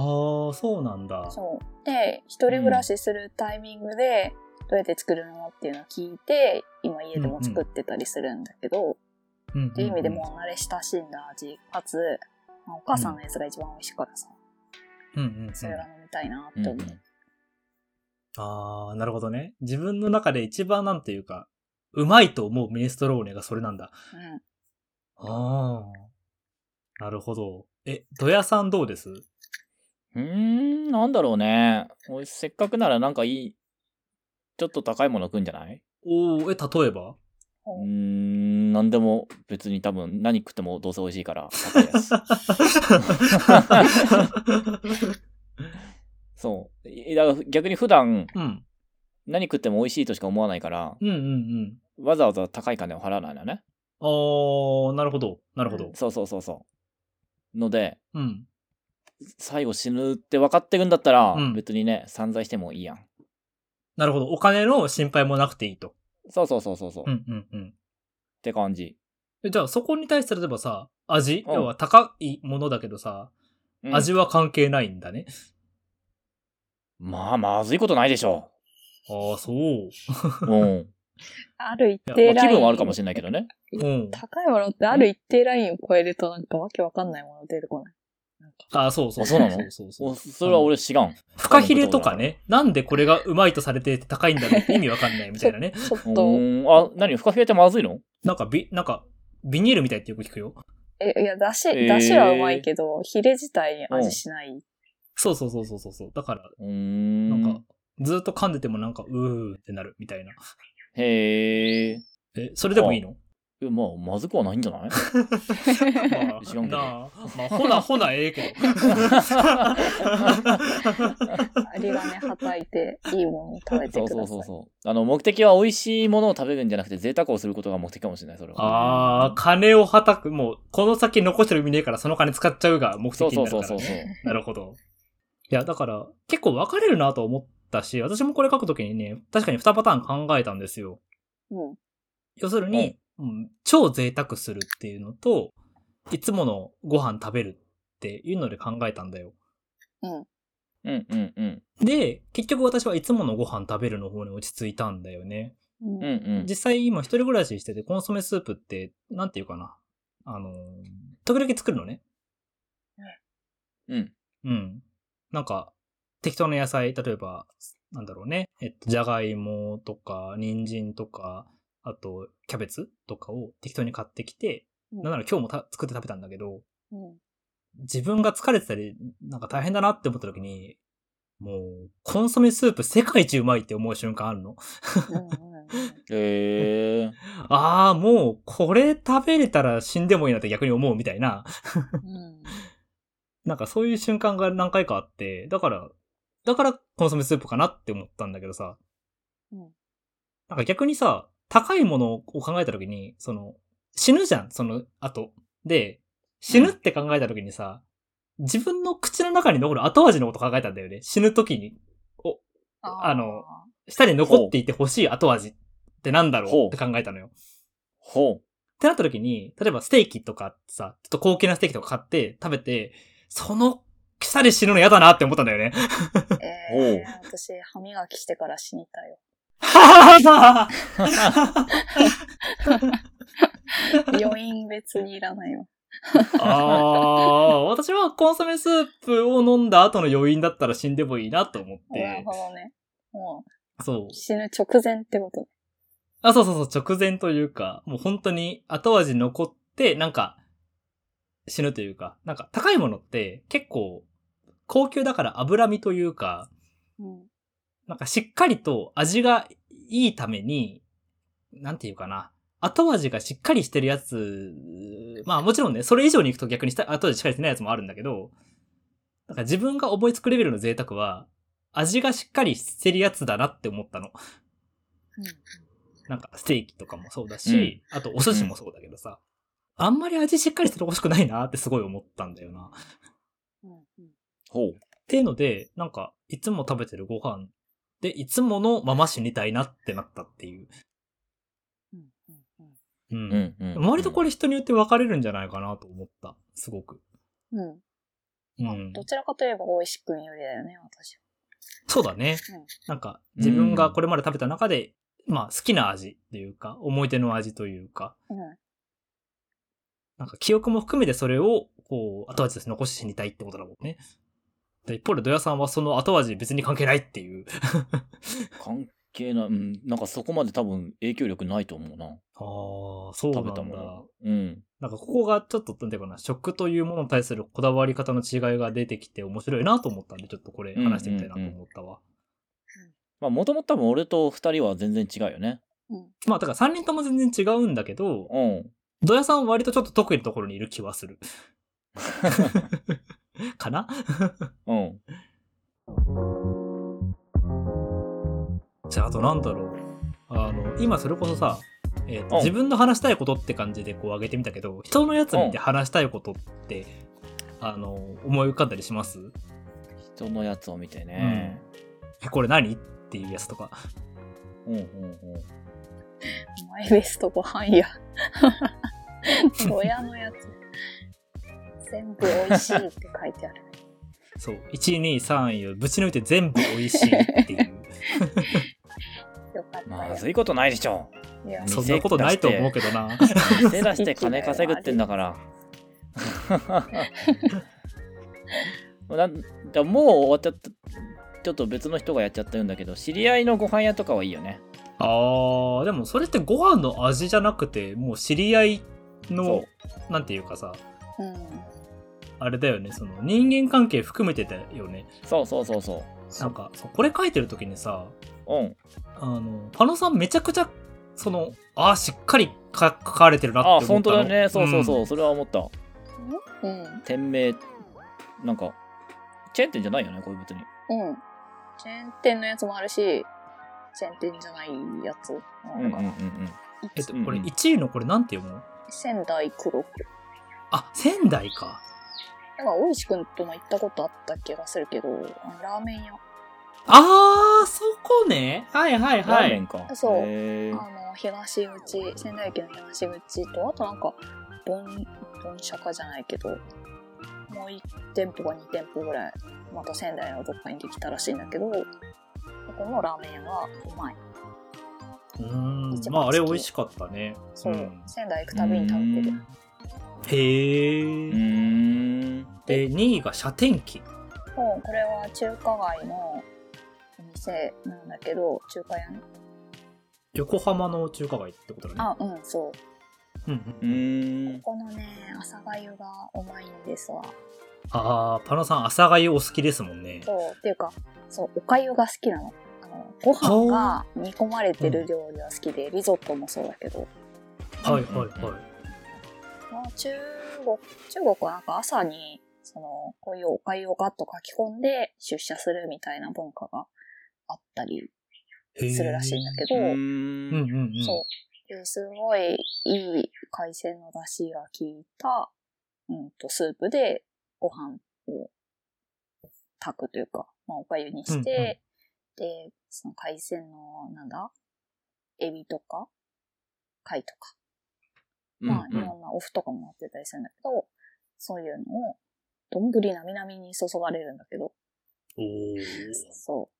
Speaker 3: そうなんだ。
Speaker 1: そうで一人暮らしするタイミングでどうやって作るのっていうのを聞いて今家でも作ってたりするんだけど、
Speaker 3: うんん
Speaker 1: っ
Speaker 3: ん
Speaker 1: ていう意味でもう慣れ親しんだ味かつ、まあお母さんのやつが一番美味しいからさ、
Speaker 3: うんうんうん
Speaker 1: それが飲みたいな
Speaker 2: うん
Speaker 1: と
Speaker 2: う
Speaker 1: 思う、
Speaker 2: ん
Speaker 3: ああ、なるほどね。自分の中で一番なんていうか、うまいと思うミネストローネがそれなんだ。
Speaker 1: うん
Speaker 3: ああ。なるほど。え、土屋さんどうです
Speaker 2: うーん、なんだろうね。おいせっかくならなんかいい、ちょっと高いもの食うんじゃない
Speaker 3: おおえ、例えば
Speaker 2: うーん、なんでも別に多分何食ってもどうせ美味しいから高いです
Speaker 3: [LAUGHS]
Speaker 2: そう。いだから逆に普段
Speaker 3: うん。
Speaker 2: 何食っても美味しいとしか思わないから、
Speaker 3: うんうんうん。
Speaker 2: わざわざ高い金を払わないのね。
Speaker 3: あー、なるほど。なるほど。
Speaker 2: そうそうそうそう。ので、
Speaker 3: うん。
Speaker 2: 最後死ぬって分かってるんだったら、
Speaker 3: うん
Speaker 2: 別にね、散財してもいいやん。
Speaker 3: なるほど。お金の心配もなくていいと。
Speaker 2: そうそうそうそうそう。
Speaker 3: う
Speaker 2: っ
Speaker 3: んうんうん
Speaker 2: て感じ。
Speaker 3: え。じゃあ、そこに対して例えばさ、味、
Speaker 2: うん
Speaker 3: 要は高いものだけどさ、
Speaker 2: うん
Speaker 3: 味は関係ないんだね。
Speaker 2: まあ、まずいことないでしょ
Speaker 3: ああ、そう。
Speaker 2: う。
Speaker 3: [LAUGHS]
Speaker 2: うん。
Speaker 1: ある一
Speaker 2: ま
Speaker 1: 定
Speaker 2: あ、
Speaker 1: ライン。
Speaker 2: 気分はあるかもしれないけどね。
Speaker 3: うん。
Speaker 1: 高いものってある一定ラインを超えるとなんかわけわかんないもの出てこ
Speaker 2: [LAUGHS]
Speaker 1: ない。
Speaker 3: ああ、そうそう
Speaker 2: あそうなの
Speaker 3: そうそうそう
Speaker 2: おそれは俺知らん。
Speaker 3: フカヒレとかね、なんでこれがうまいとされて高いんだろうって意味わかんないみたいな
Speaker 2: [LAUGHS]
Speaker 3: ね。
Speaker 1: ちょっ
Speaker 2: う
Speaker 1: と、
Speaker 2: ーん。あ、何フカヒレってまずいの
Speaker 3: なんかビ、なんか、ビニールみたいってよく聞くよ。
Speaker 1: えいや、だし、
Speaker 2: えー
Speaker 1: だしはうまいけど、ヒレ自体に味しない。
Speaker 3: そうそうそうそうそうそう。だから、
Speaker 2: うーん。
Speaker 3: なんか、ずっと噛んでてもなんか、うーってなるみたいな。
Speaker 2: へえ。
Speaker 3: え、それでもいいの
Speaker 2: えまあ、まずくはないんじゃない
Speaker 3: [LAUGHS] まあ
Speaker 2: 知らんけ
Speaker 3: な
Speaker 2: ど
Speaker 3: あまあ、ほな、ほな、ええけ
Speaker 2: [LAUGHS]
Speaker 3: ど。
Speaker 1: アリがね、
Speaker 2: [LAUGHS]
Speaker 1: はたいて、いいものを食べて
Speaker 2: そう
Speaker 1: く
Speaker 2: そ
Speaker 1: だ
Speaker 2: う
Speaker 1: さ
Speaker 2: そう
Speaker 1: い。
Speaker 2: そう。あの、目的は美味しいものを食べるんじゃなくて、贅沢をすることが目的かもしれない、それは。あ。
Speaker 3: ああ、金をはたく、もう、この先残してる意味ねえから、その金使っちゃうが目的
Speaker 2: そう
Speaker 3: にな
Speaker 2: そう
Speaker 3: るか
Speaker 2: そう
Speaker 3: ら、ね。
Speaker 2: そうそう。
Speaker 3: なるほど。いや、だから、結構分かれるなと思ったし、私もこれ書くときにね、確かに2パターン考えたんですよ。
Speaker 1: うん。
Speaker 3: 要するに、うん超贅沢するっていうのと、いつものご飯食べるっていうので考えたんだよ。
Speaker 1: うん。
Speaker 2: うんうんうん。
Speaker 3: で、結局私はいつものご飯食べるの方に落ち着いたんだよね。
Speaker 1: うん。
Speaker 2: うんうん。
Speaker 3: 実際今一人暮らししてて、コンソメスープって、なんていうかな。あのー、時々作るのね。
Speaker 2: うん。
Speaker 3: うん。なんか、適当な野菜、例えば、なんだろうね。えっと、じゃがいもとか、人参とか、あと、キャベツとかを適当に買ってきて、
Speaker 1: うん
Speaker 3: なんなら今日もた作って食べたんだけど、
Speaker 1: うん
Speaker 3: 自分が疲れてたり、なんか大変だなって思った時に、もう、コンソメスープ世界一うまいって思う瞬間あるの。
Speaker 1: うん
Speaker 2: へえ。
Speaker 3: ああ、もう、これ食べれたら死んでもいいなって逆に思うみたいな。
Speaker 1: うん。
Speaker 3: なんかそういう瞬間が何回かあって、だから、だからコンソメスープかなって思ったんだけどさ。
Speaker 1: うん
Speaker 3: なんか逆にさ、高いものを考えた時に、その、死ぬじゃん、その後。で、死ぬって考えた時にさ、自分の口の中に残る後味のこと考えたんだよね。死ぬ時に、あの舌に残っていてほしい後味ってなんだろうって考えたのよ。
Speaker 2: ほ
Speaker 3: ってなった時に、例えばステーキとかさ、ちょっと高級なステーキとか買って食べて、その草で死ぬの嫌だなって思ったんだよね。
Speaker 1: えー、私、歯磨きしてから死にたい
Speaker 3: [LAUGHS]
Speaker 1: よ。余韻別にいらないよ。
Speaker 3: ああ、私はコンソメスープを飲んだ後の余韻だったら死んでもいいなと思っ
Speaker 1: なる
Speaker 3: て
Speaker 1: ほ。どね。も
Speaker 3: そう
Speaker 1: う、。死ぬ直前ってことね。
Speaker 3: あ、そうそうそう、直前というか、もう本当に後味残って、なんか、死ぬというか、なんか高いものって結構、高級だから脂身というか、
Speaker 1: うん。
Speaker 3: なんかしっかりと味がいいために、なんていうかな。後味がしっかりしてるやつ、まあもちろんね、それ以上に行くと逆にした後味しっかりしてないやつもあるんだけど、なんか自分が思いつくレベルの贅沢は、味がしっかりしてるやつだなって思ったの。
Speaker 1: うん
Speaker 3: なんかステーキとかもそうだし、あとお寿司もそうだけどさ、あんまり味しっかりしててほしくないなってすごい思ったんだよな。っ
Speaker 1: うんうん
Speaker 2: ほう。
Speaker 3: ていうので、なんか、いつも食べてるご飯で、いつものまま死にたいなってなったっていう。
Speaker 1: うんうんうん
Speaker 3: うん。
Speaker 2: うんうんうん。
Speaker 3: 割とこれ人によって分かれるんじゃないかなと思った。すごく。
Speaker 1: うん。
Speaker 3: う
Speaker 1: まあ
Speaker 3: ん
Speaker 1: ど。ちらかといえば、大石くんよりだよね、私は。
Speaker 3: そうだね
Speaker 1: うん。
Speaker 3: なんか、自分がこれまで食べた中で、まあ、好きな味っていうか、思い出の味というか、
Speaker 1: うん。
Speaker 3: なんか記憶も含めてそれを、こう、後味として残して死にたいってことだもんね。で一方で、土屋さんはその後味別に関係ないっていう。
Speaker 2: 関係ない、うん、なんかそこまで多分影響力ないと思うな。
Speaker 3: ああ、そうなん
Speaker 2: 食
Speaker 3: だ。
Speaker 2: べたもの。うん。
Speaker 3: なんかここがちょっと、なんていうかな、食というものに対するこだわり方の違いが出てきて面白いなと思ったんで、ちょっとこれ話してみたいなと思ったわ。
Speaker 2: まあもともと多分俺と二人は全然違うよね。
Speaker 1: うん。
Speaker 3: まあ、だから三人とも全然違うんだけど、
Speaker 2: うん。
Speaker 3: 土屋さんは割とちょっと得意なところにいる気はする。かな
Speaker 2: うん。
Speaker 3: じゃあ、あとなんだろう。あの、今それこそさ、えーと
Speaker 2: うん
Speaker 3: 自分の話したいことって感じでこう上げてみたけど、人のやつ見て話したいことって、あの、思い浮かんだりします
Speaker 2: 人のやつを見てね。
Speaker 3: え、これ何っていうやつとか。
Speaker 2: うん、うん、うん。
Speaker 1: マイベストご飯
Speaker 2: [LAUGHS]
Speaker 1: や。ドヤのやつ。全部美味しいって書いて
Speaker 2: [LAUGHS]
Speaker 1: ある。
Speaker 3: そう、1、2、3位をぶち抜いて全部美味しいっていう。
Speaker 1: よかった
Speaker 2: ま
Speaker 1: よ。
Speaker 2: ずいことないでし [LAUGHS] ょ。
Speaker 1: いや、
Speaker 3: そんなことないと思うけどな。
Speaker 2: 手出して金稼ぐってんだから。 [LAUGHS] なんだもう終わっちゃった。ちょっと別の人がやっちゃってるんだけど、知り合いのご飯屋とかはいいよね。
Speaker 3: あー、でもそれってご飯の味じゃなくて、もう知り合いの
Speaker 2: そ、
Speaker 3: なんていうかさ、
Speaker 1: うん。
Speaker 3: あれだよね、その人間関係含めてだよね。
Speaker 2: そうそうそうそ
Speaker 3: なんか、そうこれ書いてる時にさ、
Speaker 2: う。うん。
Speaker 3: あの、パノさんめちゃくちゃ、その、あー、しっかりか書かれてるなって
Speaker 2: あ
Speaker 3: 思
Speaker 2: あ、
Speaker 3: ったの。
Speaker 2: 本当だね。そうそうそう。
Speaker 3: ん
Speaker 2: それは思った。
Speaker 1: うん。
Speaker 2: 店名、なんか、チェーン店じゃないよね、これ別に。
Speaker 1: うん。チェーン店のやつもあるし、チェーン店じゃないやつもあ
Speaker 2: うんう
Speaker 1: る
Speaker 2: ん
Speaker 1: か
Speaker 2: うん
Speaker 1: な。
Speaker 2: うん。
Speaker 3: えっと
Speaker 2: うんう、ん
Speaker 3: これ1位のこれなんて読むの
Speaker 1: 仙台黒く。
Speaker 3: あ、仙台か。
Speaker 1: なんか、大石くんとも行ったことあった気がするけど、あのラーメン屋。
Speaker 3: あー、そこね。はいはい
Speaker 2: ラ
Speaker 3: は
Speaker 2: ーメン
Speaker 3: い。
Speaker 2: か。
Speaker 1: そう
Speaker 2: へ
Speaker 1: あ
Speaker 2: ー
Speaker 1: の、東口、仙台駅の東口と、あとなんか、盆、盆釈迦じゃないけど、もう1店舗か2店舗ぐらい、また仙台のどっかにできたらしいんだけど、そこのラーメン屋がうまい。
Speaker 3: うー
Speaker 1: 一
Speaker 3: ん。
Speaker 1: 番
Speaker 3: まあ、あれ美味しかったね。
Speaker 1: そう、
Speaker 3: ん
Speaker 1: 仙台行くたびに食べてる。
Speaker 3: へ
Speaker 2: う
Speaker 3: ー。
Speaker 2: ーん。
Speaker 3: で、2位が射天機。
Speaker 1: もうこれは中華街のお店なんだけど、中華屋ね。
Speaker 3: 横浜の中華街ってことだね。
Speaker 1: あ、うん、そう。
Speaker 3: うんうん
Speaker 2: うーん。
Speaker 1: ここのね、朝粥がうまいんですわ。
Speaker 3: あー、パノさん、朝粥お好きですもんね。
Speaker 1: そう、っていうか、そう、お粥が好きなの。あの、ご飯が煮込まれてる料理は好きで、リゾットもそうだけど、
Speaker 3: はいはいはい。
Speaker 1: まあ、中国、中国はなんか朝に、その、こういうお粥をガッと書き込んで出社するみたいな文化があったり
Speaker 3: へー
Speaker 1: するらしいんだけ
Speaker 2: う
Speaker 1: ど、
Speaker 2: ー
Speaker 3: うん
Speaker 2: ん。
Speaker 3: うんうん。
Speaker 1: そう。ですごいいい海鮮の出汁が効いた、うんと、スープでご飯を炊くというか、まあ、おかゆにして、
Speaker 3: うんうん
Speaker 1: で、その海鮮の、なんだエビとか、貝とか、まあ、い
Speaker 2: うんうん
Speaker 1: ろんなオフとかもやってたりするんだけど、そういうのを、どんぶりなみなみに注がれるんだけど、
Speaker 3: おお。
Speaker 1: そう。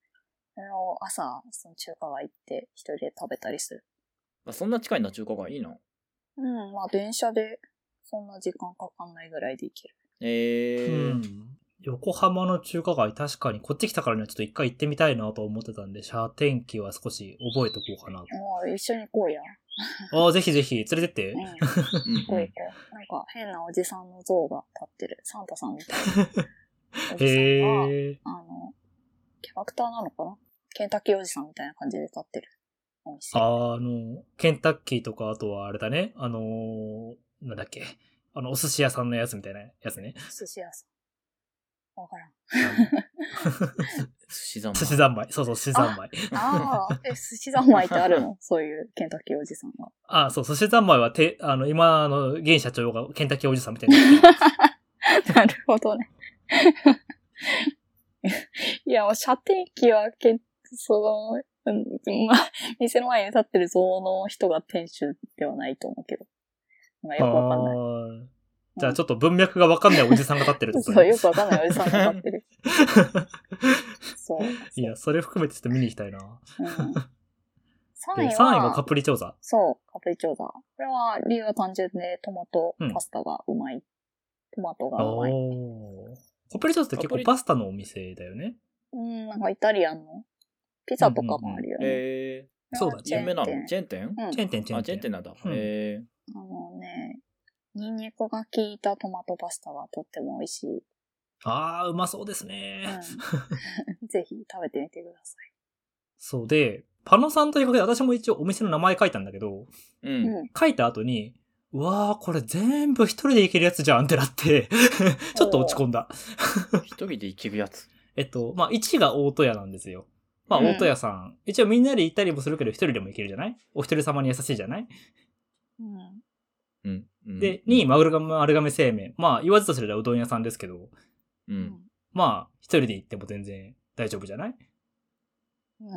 Speaker 1: それを朝、その中華街行って一人で食べたりする。
Speaker 2: あそんな近いんだ、中華街。いいな。
Speaker 1: うん、まあ電車で、そんな時間かかんないぐらいで行ける。
Speaker 2: え
Speaker 3: う
Speaker 2: ー。
Speaker 3: ん。横浜の中華街、確かにこっち来たからにはちょっと一回行ってみたいなと思ってたんで、車天気は少し覚えとこうかな
Speaker 1: もう一緒に行こうや。
Speaker 3: と。ああ、ぜひぜひ、連れてって
Speaker 1: うん、。行
Speaker 2: うんうん
Speaker 1: こう行こう。なんか変なおじさんの像が立ってる。サンタさん [LAUGHS] みたいな。おじ
Speaker 3: へ
Speaker 1: さんが、
Speaker 3: え。
Speaker 1: あの、キャラクターなのかなケンタッキーおじさんみたいな感じで立ってるお店。
Speaker 3: あの、ケンタッキーとか、あとはあれだね、あのーなんだっけ、あの、お寿司屋さんのやつみたいなやつね。
Speaker 1: 寿司屋さん。わからん。
Speaker 2: 寿司三昧
Speaker 3: 寿司三昧。そうそう、寿司三昧。
Speaker 1: ああ、え、寿司三昧ってあるのそういうケンタッキーおじさんが。
Speaker 3: ああ、そう、寿司三昧は、て、あの、今の、現社長がケンタッキーおじさんみた
Speaker 1: [LAUGHS]
Speaker 3: いな。
Speaker 1: なるほどね。 [LAUGHS] いや、もう射程機はけ、その、うんまあ、店の前に立ってる像の人が店主ではないと思うけど。まあ、よくわかんない。
Speaker 3: あーじゃあ、ちょっと文脈がわかんないおじさんが立ってるってこと
Speaker 1: そう、
Speaker 3: ね
Speaker 1: よくわかんないおじさんが立っ
Speaker 3: [LAUGHS]
Speaker 1: てる。そう。
Speaker 3: いや、それ含めてちょっと見に行きたいな。
Speaker 1: うん、3
Speaker 3: で、
Speaker 1: 位
Speaker 3: 3位がカ
Speaker 1: は、
Speaker 3: プリチョーザ。
Speaker 1: そう、カプリチョーザ。これは理由は単純でトマト
Speaker 3: うん
Speaker 1: パスタがうまい。トマトがう
Speaker 3: お
Speaker 1: まい。
Speaker 3: ーカプリチョーザって結
Speaker 2: カプ
Speaker 3: 構
Speaker 2: リ
Speaker 3: パスタのお店だよね。
Speaker 1: うん、なんかイタリアンのピザとかもあるよね。
Speaker 2: え
Speaker 3: んそうだね
Speaker 2: ー。有名なの
Speaker 1: チェーン
Speaker 2: チェーン店
Speaker 1: うん
Speaker 3: チェーン店、チェー
Speaker 2: あ、
Speaker 3: ン
Speaker 2: チェーン
Speaker 3: 店。
Speaker 2: 店なんだ。
Speaker 3: うん
Speaker 2: え
Speaker 1: あのね、ニンニクが効いたトマトパスタがとっても美味しい。う
Speaker 3: ああ、うまそうです [LAUGHS] ね。
Speaker 1: ん、ぜひ食べてみてくださ
Speaker 3: そうで、パノさんということで私も一応お店の名前書いたんだけど、
Speaker 2: ー。
Speaker 1: い。
Speaker 2: うん。
Speaker 1: うん。
Speaker 3: 書いた後に、うわー、これ全部一人で行けるやつじゃんってなって、ちょっと落ち込んだ。
Speaker 2: 一人で行けるやつ。
Speaker 3: えっと、まあ、1が大戸屋なんですよ。まあ、
Speaker 1: うん
Speaker 3: 大戸屋さん。一応みんなで行ったりもするけど、一人でも行けるじゃないお一人様に優しいじゃない
Speaker 1: うん。
Speaker 2: うん。うん
Speaker 3: で、2位、、マグルガム、丸亀製麺。まあ、言わずとすればうどん屋さんですけど、
Speaker 2: う。
Speaker 1: うんん。
Speaker 3: まあ、一人で行っても全然大丈夫じゃない
Speaker 1: うん。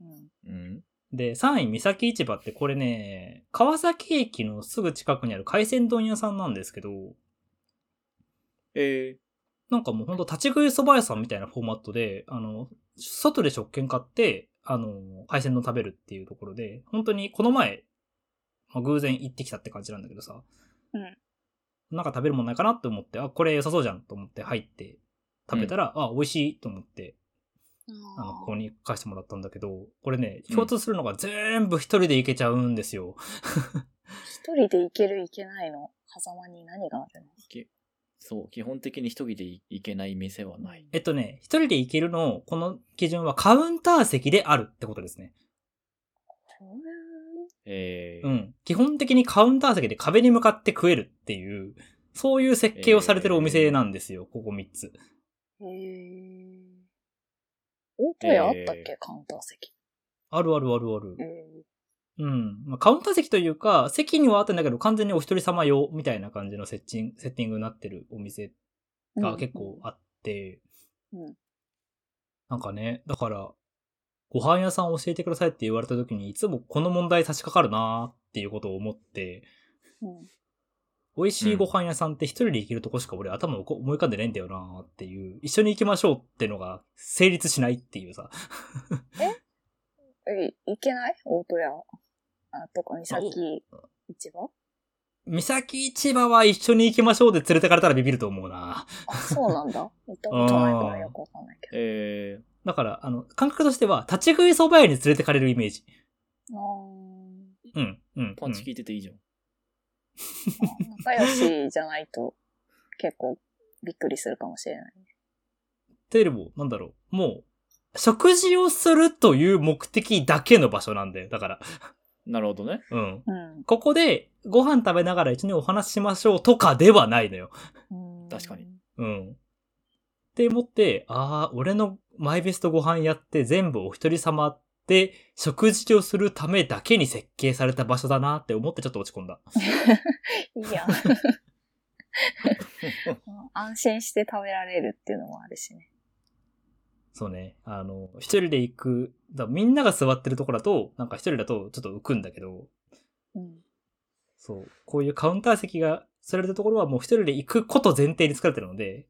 Speaker 1: うん。
Speaker 2: うん。
Speaker 3: で、3位、三崎市場ってこれね、川崎駅のすぐ近くにある海鮮丼屋さんなんですけど、
Speaker 2: え
Speaker 3: なんかもうほんと立ち食いそば屋さんみたいなフォーマットで、あの、外で食券買って、あの、海鮮丼食べるっていうところで、本当にこの前、まあ、偶然行ってきたって感じなんだけどさ、
Speaker 1: うん
Speaker 3: なんか食べるもんないかなって思って、あ、これ良さそうじゃんと思って入って食べたら、あ、美味しいと思って、あの、ここに返してもらったんだけど、これね、
Speaker 2: うん
Speaker 3: 共通するのが全部一人で行けちゃうんですよ。
Speaker 1: 一人で行ける行けないの狭間に何があるの
Speaker 2: ーきそう、基本的に一人で行けない店はない。
Speaker 3: えっとね、一人で行けるの、この基準はカウンター席であるってことですね。
Speaker 2: えー。
Speaker 3: うん。基本的にカウンター席で壁に向かって食えるっていう、そういう設計をされてるお店なんですよ、ここ3つ。
Speaker 1: へえ。大戸屋あったっけ、カウンター席。
Speaker 3: あるあるあるある
Speaker 1: え。え。
Speaker 3: うん。まあ、カウンター席というか、席にはあったんだけど、完全にお一人様用みたいな感じのセッチンセッティングになってるお店が結構あって、
Speaker 1: うん
Speaker 3: なんかね、だから、ご飯屋さん教えてくださいって言われた時に、いつもこの問題差し掛かるなーっていうことを思って、
Speaker 1: うん。うん。
Speaker 3: 美味しいご飯屋さんって一人で行けるとこしか俺頭をこ思い浮かんでねえんだよなーっていう、一緒に行きましょうってのが成立しないっていうさ。
Speaker 1: え、行けない大戸屋。あ、とか、三崎市場
Speaker 3: 三崎市場は一緒に行きましょうで連れてかれたらビビると思うな
Speaker 1: あ、そうなんだ。行ったことないからよくわかんないけど。
Speaker 2: えー。
Speaker 3: だから、あの、感覚としては、立ち食い蕎麦屋に連れてかれるイメージ。
Speaker 1: あー
Speaker 3: うん、うん。
Speaker 2: パンチ効いてていいじゃん。
Speaker 1: 仲良しじゃないと結構びっくりするかもしれない。
Speaker 3: というよりも、なんだろう。もう、食事をするという目的だけの場所なんだよ。だから、
Speaker 2: なるほどね。
Speaker 3: うん。
Speaker 1: う
Speaker 3: ここで、ご飯食べながら一緒にお話ししましょうとかではないのよ。
Speaker 1: ん。
Speaker 2: 確かに。
Speaker 3: うん。って思って、ああ、俺のマイベストご飯やって全部お一人様で食事をするためだけに設計された場所だなって思ってちょっと落ち込んだ。
Speaker 1: いいや。安心して食べられるっていうのもあるしね。
Speaker 3: そうね。あの、一人で行く、だみんなが座ってるとこだと、なんか一人だとちょっと浮くんだけど、
Speaker 1: うん。
Speaker 3: そう。こういうカウンター席が釣られたところはもう一人で行くこと前提に作られてるので、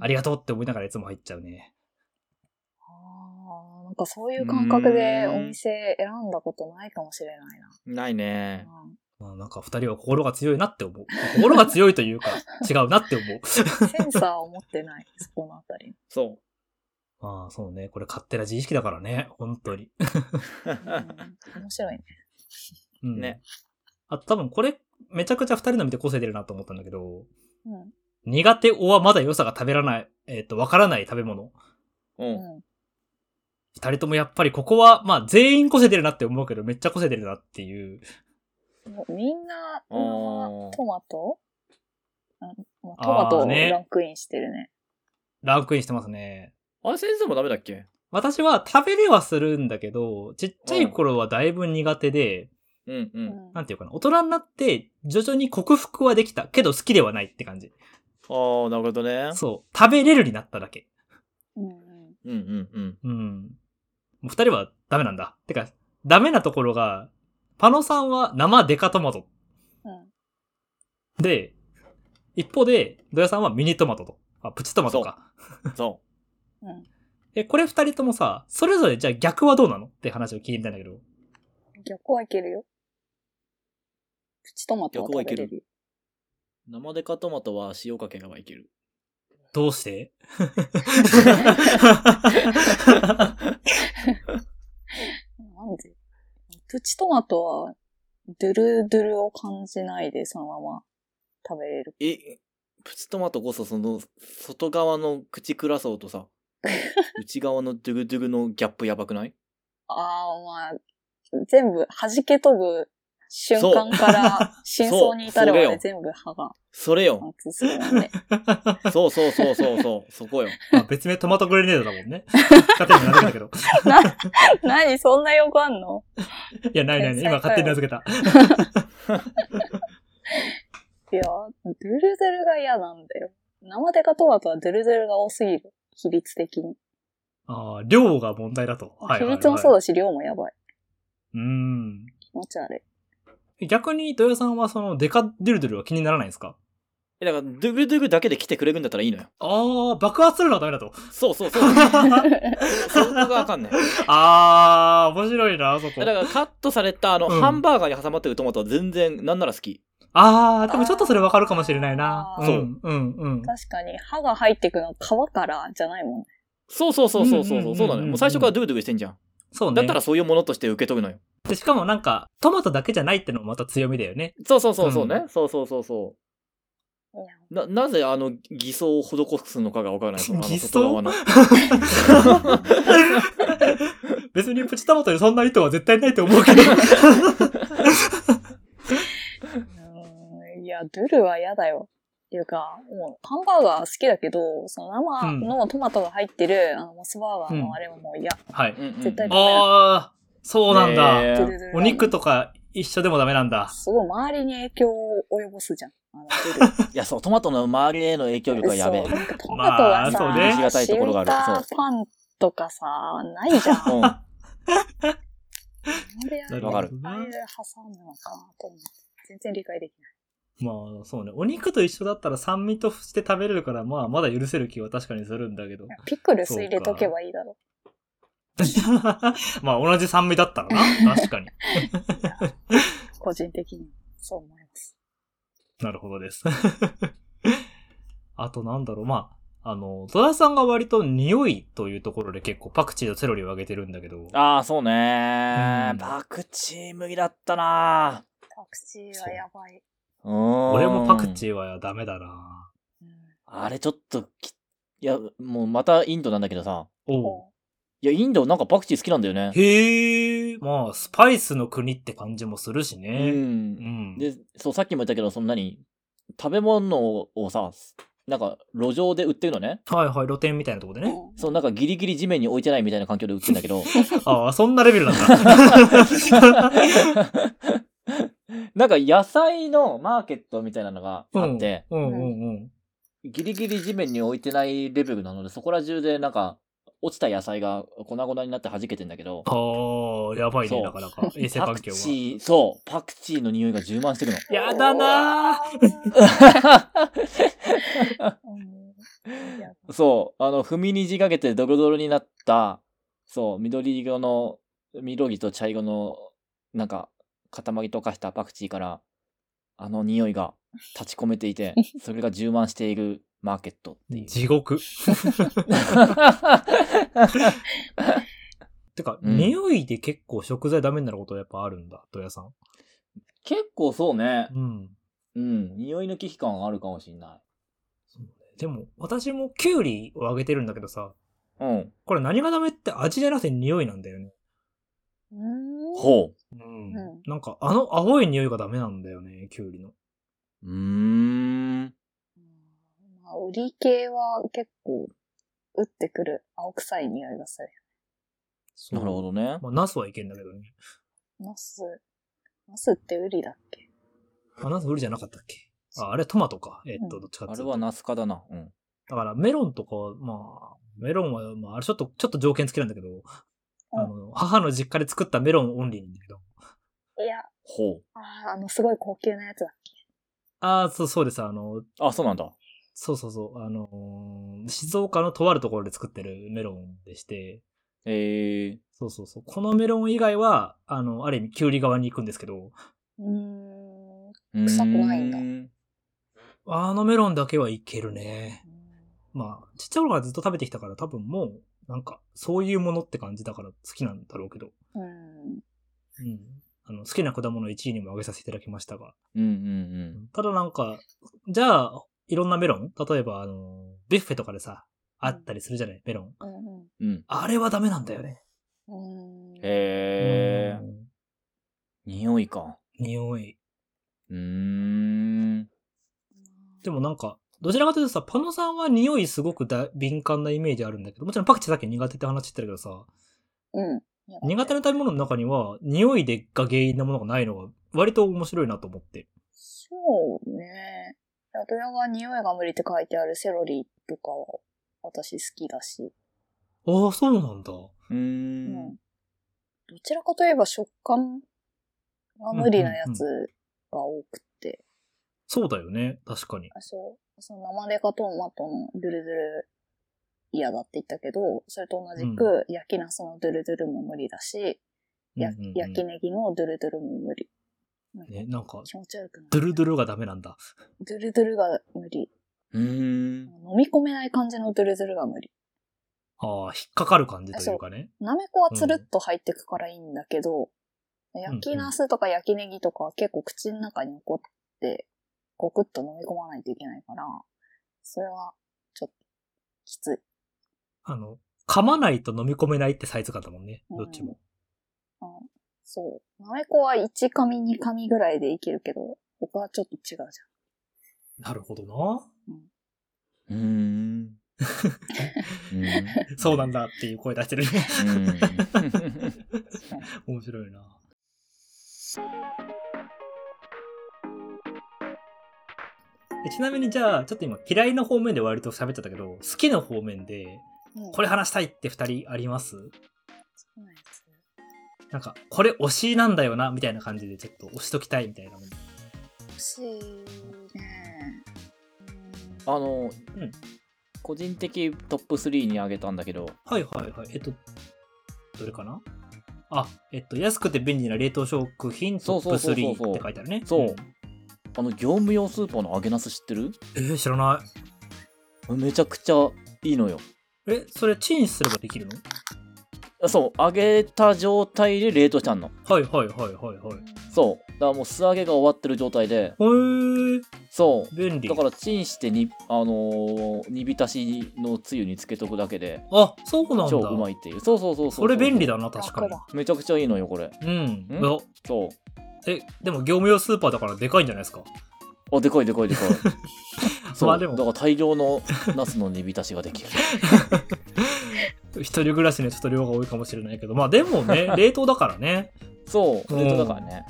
Speaker 3: ありがとうって思いながらいつも入っちゃうね。
Speaker 1: あーなんかそういう感覚でお店選んだことないかもしれないな。
Speaker 2: ないね。
Speaker 3: まあ、なんか二人は心が強いなって思う。心が強いというか、違うなって思う。
Speaker 1: うんセンサーを持ってない、そこのあたり。
Speaker 2: そ
Speaker 3: まあそうね、これ勝手な自意識だからね、本当に。
Speaker 2: う。
Speaker 1: うん面白いね。
Speaker 3: うん、
Speaker 2: ね。
Speaker 3: あと多分これ、めちゃくちゃ二人の見て個性出るなと思ったんだけど、
Speaker 1: うん
Speaker 3: 苦手おはまだ良さが食べらない、えっ、と、わからない食べ物。
Speaker 2: [LAUGHS]
Speaker 1: う
Speaker 2: う。
Speaker 1: んん
Speaker 3: 二人ともやっぱりここは、まあ全員個性出るなって思うけど、めっちゃ個性出るなっていう。
Speaker 1: もうみんな、
Speaker 2: あー
Speaker 1: 今トマトあもうトマ
Speaker 3: あ
Speaker 1: ト
Speaker 3: ーね
Speaker 1: ランクインしてるね。
Speaker 3: ランクインしてますね。
Speaker 2: あれ先生もダメだっけ
Speaker 3: 私は食べれはするんだけど、ちっちゃい頃はだいぶ苦手で、
Speaker 2: うんう。
Speaker 1: うんん
Speaker 3: なんていうかな、大人になって徐々に克服はできたけど好きではないって感じ。
Speaker 2: ああ、なるほどね。
Speaker 3: そう。食べれるになっただけ。
Speaker 1: うんうん
Speaker 2: うんうんうん。
Speaker 3: うん。もう二人はダメなんだ。てか、ダメなところが、パノさんは生デカトマト。
Speaker 1: うん
Speaker 3: で、一方で、ドヤさんはミニトマトと。あ、プチトマトか。
Speaker 2: そ
Speaker 1: うん
Speaker 3: え、これ二人ともさ、それぞれじゃあ逆はどうなのって話を聞いてみたいんだけど。
Speaker 1: 逆はいけるよ。プチトマトは食べれるよ。
Speaker 2: う。生デカトマトは塩かければいける。
Speaker 3: どうして
Speaker 1: なんでプチトマトは、ドゥルドゥルを感じないで、そのまま食べれる。
Speaker 2: え、プチトマトこそその、外側の口クラソーとさ、内側のドゥグドゥグのギャップやばくない
Speaker 1: ああ、まあ、全部弾け飛ぶ瞬間から真相に至るま
Speaker 2: そう
Speaker 1: で
Speaker 2: そ
Speaker 1: 全部歯が
Speaker 2: それよ。
Speaker 1: 反通するの [LAUGHS] で。
Speaker 2: そうそうそうそうそう。そこよ。
Speaker 3: まあ別名トマトグレネードだもんね。勝手に名付けたけど。
Speaker 1: 何そんな欲あんの
Speaker 3: いや、ないないない。今勝手に名付けた。
Speaker 1: いや、ドゥルドゥルが嫌なんだよ。生デカトマトはドゥルドゥルが多すぎる。比率的に。
Speaker 3: ああ、量が問題だと。はい
Speaker 1: 比
Speaker 3: はい、はい。
Speaker 1: 率もそうだし、量もやばい。
Speaker 3: うん。
Speaker 1: 気持ち悪い。
Speaker 3: 逆に、土屋さんはその、デカデュルドゥルは気にならないんですか
Speaker 2: え、だから、ドゥグドゥグだけで来てくれるんだったらいいのよ。
Speaker 3: ああ、爆発するのはダメだと。
Speaker 2: そうそうそう。そこがわかんない。
Speaker 3: ああ、面白いな、そこ
Speaker 2: だか。ら、カットされた、あの、
Speaker 3: うん
Speaker 2: ハンバーガーに挟まってるトマトは全然、なんなら好き。
Speaker 3: ああ、でもちょっとそれわかるかもしれないな。
Speaker 1: あ
Speaker 2: ー
Speaker 3: ん、うん、うん。
Speaker 1: 確かに、歯が入ってくのは皮からじゃないもんね。
Speaker 2: そうそうそうそうそう
Speaker 3: うんうんうんうん
Speaker 2: そうそうなのよ。もう最初からドゥグドゥグしてんじゃん。
Speaker 3: そうね。
Speaker 2: だったらそういうものとして受け取るのよ。
Speaker 3: で、しかもなんか、トマトだけじゃないってのもまた強みだよね。
Speaker 2: そうそうそうそう
Speaker 3: う
Speaker 2: ね。そうそうそうそう。
Speaker 1: いや
Speaker 2: な、なぜあの偽装を施すのかがわからない。そのあの
Speaker 3: 偽装
Speaker 2: 外側
Speaker 1: [LAUGHS]
Speaker 2: の
Speaker 3: 別にプチトマトにそんな意図は絶対ないと思うけ
Speaker 2: [LAUGHS]
Speaker 3: ど。
Speaker 1: うーんいや、ドゥルは嫌だよ。っていうか、もう、ハンバーガー好きだけど、その生のトマトが入ってる、あの、モスバーガーのあれはもう嫌。
Speaker 3: はい。
Speaker 2: うんうんうん
Speaker 1: 絶対ダメ
Speaker 3: ああ、そうなんだ。
Speaker 2: ね
Speaker 1: ドゥルドゥルが
Speaker 3: お肉とか一緒でもダメなんだ。
Speaker 1: すごい周りに影響を及ぼすじゃん。あの、ドゥル。
Speaker 2: いや、そう、トマトの周りへの影響力は [LAUGHS] やべえ
Speaker 1: そう。なんかトマトがさ、
Speaker 3: まあそうね
Speaker 2: しがたいところがある
Speaker 1: 染みたパンとかさ、ないじゃん。な [LAUGHS]
Speaker 2: うん。あ
Speaker 1: んであれ
Speaker 2: わかる
Speaker 1: あれ挟むのかなと思って。全然理解できない。
Speaker 3: まあ、そうね。お肉と一緒だったら酸味として食べれるから、まあ、まだ許せる気は確かにするんだけど。
Speaker 1: ピクルス入れとけばいいだろ
Speaker 3: [LAUGHS] まあ、同じ酸味だったら [LAUGHS] な。確かに。
Speaker 1: う。個人的に。そう思います。
Speaker 3: なるほどです。 [LAUGHS] あとなんだろう、まあ、あの、戸田さんが割と匂いというところで結構パクチーとセロリを挙げてるんだけど、
Speaker 2: あー、そうね
Speaker 3: うん
Speaker 2: パクチー無理だったな
Speaker 1: パクチーはやばい。
Speaker 2: 俺
Speaker 3: 俺もパクチー
Speaker 2: ーん。
Speaker 3: はダメだな
Speaker 1: うん
Speaker 2: あれちょっとき、いや、もうまたインドなんだけどさ。
Speaker 3: おう
Speaker 2: いや、インドなんかパクチー好きなんだよね。
Speaker 3: へえ、まあ、スパイスの国って感じもするし
Speaker 2: う。
Speaker 3: ね。うんん。
Speaker 2: で、そう、さっきも言ったけど、その何食べ物をさ、なんか路上で売ってるのね。
Speaker 3: はいはい、露店みたいなとこで
Speaker 1: う
Speaker 3: ね。
Speaker 1: ん
Speaker 2: そう、なんかギリギリ地面に置いてないみたいな環境で売ってるんだ
Speaker 3: [LAUGHS]
Speaker 2: けど。
Speaker 3: ああ、そんなレベルなん [LAUGHS] だ。
Speaker 2: なんか野菜のマーケットみたいなのがあって、
Speaker 3: うんうんうん。
Speaker 2: ギリギリ地面に置いてないレベルなので、そこら中でなんか、落ちた野菜が粉々になって弾けてんだけど、
Speaker 3: ああ、やばい
Speaker 2: そう
Speaker 3: ね、なかな
Speaker 2: [LAUGHS]
Speaker 3: か。衛生
Speaker 2: パ
Speaker 3: 環
Speaker 2: ク
Speaker 3: 境
Speaker 2: チ
Speaker 3: は。
Speaker 2: ー、そう、パクチーの匂いが充満し
Speaker 3: [LAUGHS]
Speaker 2: てるの。
Speaker 3: やだなー
Speaker 1: うんやば
Speaker 2: そう、あの、踏みにじかけてドロドロになった、そう、緑色の、緑と茶色の、なんか、塊と化したパクチーから、あの匂いが立ち込めていて、それが充満しているマーケットっていう。
Speaker 3: 地獄。てか、
Speaker 2: うん
Speaker 3: 匂いで結構食材ダメになることやっぱあるんだ、土屋さん。
Speaker 2: [LAUGHS] 結構そうね。
Speaker 3: うん。
Speaker 2: うん、匂いの危機感あるかもしんない。
Speaker 3: でも、私もキュウリをあげてるんだけどさ、
Speaker 2: うん。
Speaker 3: これ何がダメって味じゃなくて匂いなんだよね。
Speaker 1: うーん
Speaker 2: ほ
Speaker 3: うん
Speaker 1: うん
Speaker 3: なんか、あの青い匂いがダメなんだよね、キュウリの。
Speaker 2: う。うーん。
Speaker 1: まあ、売り系は結構、打ってくる青臭い匂いがする。
Speaker 3: そう
Speaker 2: なるほ。どね。
Speaker 3: まあ、ナスはいけんだけどね。
Speaker 1: ナス、ナスって売りだっけ
Speaker 3: あ、ナス無理じゃなかったっけあ、あれはトマトか。えっと、どっちかって
Speaker 2: あ
Speaker 3: いう
Speaker 2: れ
Speaker 3: と。
Speaker 2: はナス科だな。うん。
Speaker 3: だからメロンとかは、まあ、メロンは、まあ、あれちょっと、ちょっと条件付きなんだけど、
Speaker 1: うん
Speaker 3: あの、母の実家で作ったメロンオンリーなんだけど。
Speaker 1: いや、
Speaker 2: ほ
Speaker 1: あーあの、すごい高級なやつだ。
Speaker 3: ああ、そう、そうです。あの、
Speaker 2: う。あ、そうなんだ。
Speaker 3: そうそうそう、あのー静岡のとあるところで作ってるメロンでして、
Speaker 2: えー。
Speaker 3: そうそうそう、このメロン以外は、あの、ある意味、キュウリ側に行くんですけど、
Speaker 1: うーん。う
Speaker 2: うーん
Speaker 1: 臭くないんだ
Speaker 3: あのメロンだけはいけるね
Speaker 1: ー。ん
Speaker 3: まあ、ちっちゃい頃からずっと食べてきたから、多分もう、なんか、そういうものって感じだから好きなんだろうけど、
Speaker 1: うん。
Speaker 3: うん。あの、好きな果物1位にも挙げさせていただきましたが、
Speaker 2: うんうん
Speaker 3: ただなんか、じゃあ、いろんなメロン例えば、あの、ビュッフェとかでさ、あったりするじゃないメロン。
Speaker 1: うん。
Speaker 2: うん。うん。
Speaker 3: あれはダメなんだよね。
Speaker 1: うん。うん。
Speaker 2: へ
Speaker 3: う
Speaker 2: ー。
Speaker 3: ん
Speaker 2: 匂いか。
Speaker 3: 匂い。
Speaker 2: うーん。
Speaker 3: でもなんか、どちらかというとさ、パノさんは匂いすごくだ敏感なイメージあるんだけど、もちろんパクチーさっき苦手って話してたけどさ、
Speaker 1: うん。
Speaker 3: 苦手な食べ物の中には、匂いでが原因なものがないのが、割と面白いなと思って。
Speaker 1: そうね。宿屋が匂いが無理って書いてあるセロリとかは、私好きだし。
Speaker 3: ああ、そうなんだ。
Speaker 2: う
Speaker 1: う
Speaker 2: ー。。
Speaker 1: んどちらかといえば食感が無理なやつが多くて。
Speaker 3: そうだよね。確かに。
Speaker 1: あそう。その生デカトマトのドゥルドゥル嫌だって言ったけど、それと同じく焼きナスのドゥルドゥルも無理だし、や
Speaker 3: うんうんうん
Speaker 1: 焼きネギのドゥルドゥルも無理。なんか
Speaker 3: ね、なんか、
Speaker 1: 気持ち悪くな
Speaker 3: ドゥ
Speaker 1: る。
Speaker 3: ルドゥルがダメなんだ。
Speaker 1: ドゥルドゥルが無理。
Speaker 2: うーん。
Speaker 1: 飲み込めない感じのドゥルドゥルが無理。
Speaker 3: ああ、引っかかる感じというかね。
Speaker 1: なめこはつるっと入ってくからいいんだけど、焼きナスとか焼きネギとかは結構口の中に残って、ゴクッと飲み込まないといけないから、それはちょっときつい。
Speaker 3: あの、噛まないと飲み込めないってサイズ感だもんね。
Speaker 1: うん
Speaker 3: どっちも。
Speaker 1: あそう。なめこは1噛み2噛みぐらいでいけるけど、他はちょっと違うじゃん。
Speaker 3: なるほどな。
Speaker 2: うーん。
Speaker 3: [LAUGHS] そうなんだっていう声出してる。 [LAUGHS]
Speaker 2: うん。
Speaker 3: 面白いな。えちなみにじゃあ、ちょっと今嫌いな方面で割と喋っちゃったけど、好きな方面で、
Speaker 1: うん
Speaker 3: これ話したいって二人あります
Speaker 1: そうなんですね
Speaker 3: なんか、これ推しなんだよな、みたいな感じでちょっと推しときたいみたいなもの。
Speaker 1: 欲しいね。
Speaker 2: あの、
Speaker 3: うん
Speaker 2: 個人的トップ3に挙げたんだけど、
Speaker 3: はいはいはい。えっと、どれかなあ、えっと、安くて便利な冷凍食品
Speaker 2: そ
Speaker 3: ト
Speaker 2: う
Speaker 3: ップ
Speaker 2: そうそうそう
Speaker 3: 3
Speaker 2: そ
Speaker 3: っ
Speaker 2: う
Speaker 3: て書いてあるね。
Speaker 2: そうんあの、業務用スーパーの揚げナス知ってる
Speaker 3: えー、知らない。
Speaker 2: めちゃくちゃいいのよ。
Speaker 3: え、それチンすればできるの
Speaker 2: そう、揚げた状態で冷凍してあんの。
Speaker 3: はいはいはいはいはい。へ
Speaker 2: そう。だからもう素揚げが終わってる状態で、
Speaker 3: ー、
Speaker 2: そう。
Speaker 3: 便利。
Speaker 2: だからチンしてに、あのー煮浸しのつゆにつけとくだけで
Speaker 3: あ、そうなんだ。
Speaker 2: 超うまいっていうそうそうそうそ
Speaker 3: そ
Speaker 2: う
Speaker 3: れ便利
Speaker 2: だ
Speaker 3: だな、確か
Speaker 1: 楽だ
Speaker 3: に。
Speaker 2: めちゃくちゃいいのよこれ
Speaker 3: うん。
Speaker 2: ん
Speaker 3: いや
Speaker 2: そ
Speaker 3: え、でも業務用スーパーだからでかいんじゃないですか。
Speaker 2: うあでかいでかい
Speaker 3: [LAUGHS]
Speaker 2: でかいそう、
Speaker 3: まあでも
Speaker 2: だから大量のナスの煮浸しができる [LAUGHS]
Speaker 3: 一人暮らしにはちょっと量が多いかもしれないけど、まあでも
Speaker 2: [LAUGHS]
Speaker 3: ね、冷凍だからね。
Speaker 2: そう
Speaker 3: うん
Speaker 2: 冷凍だからね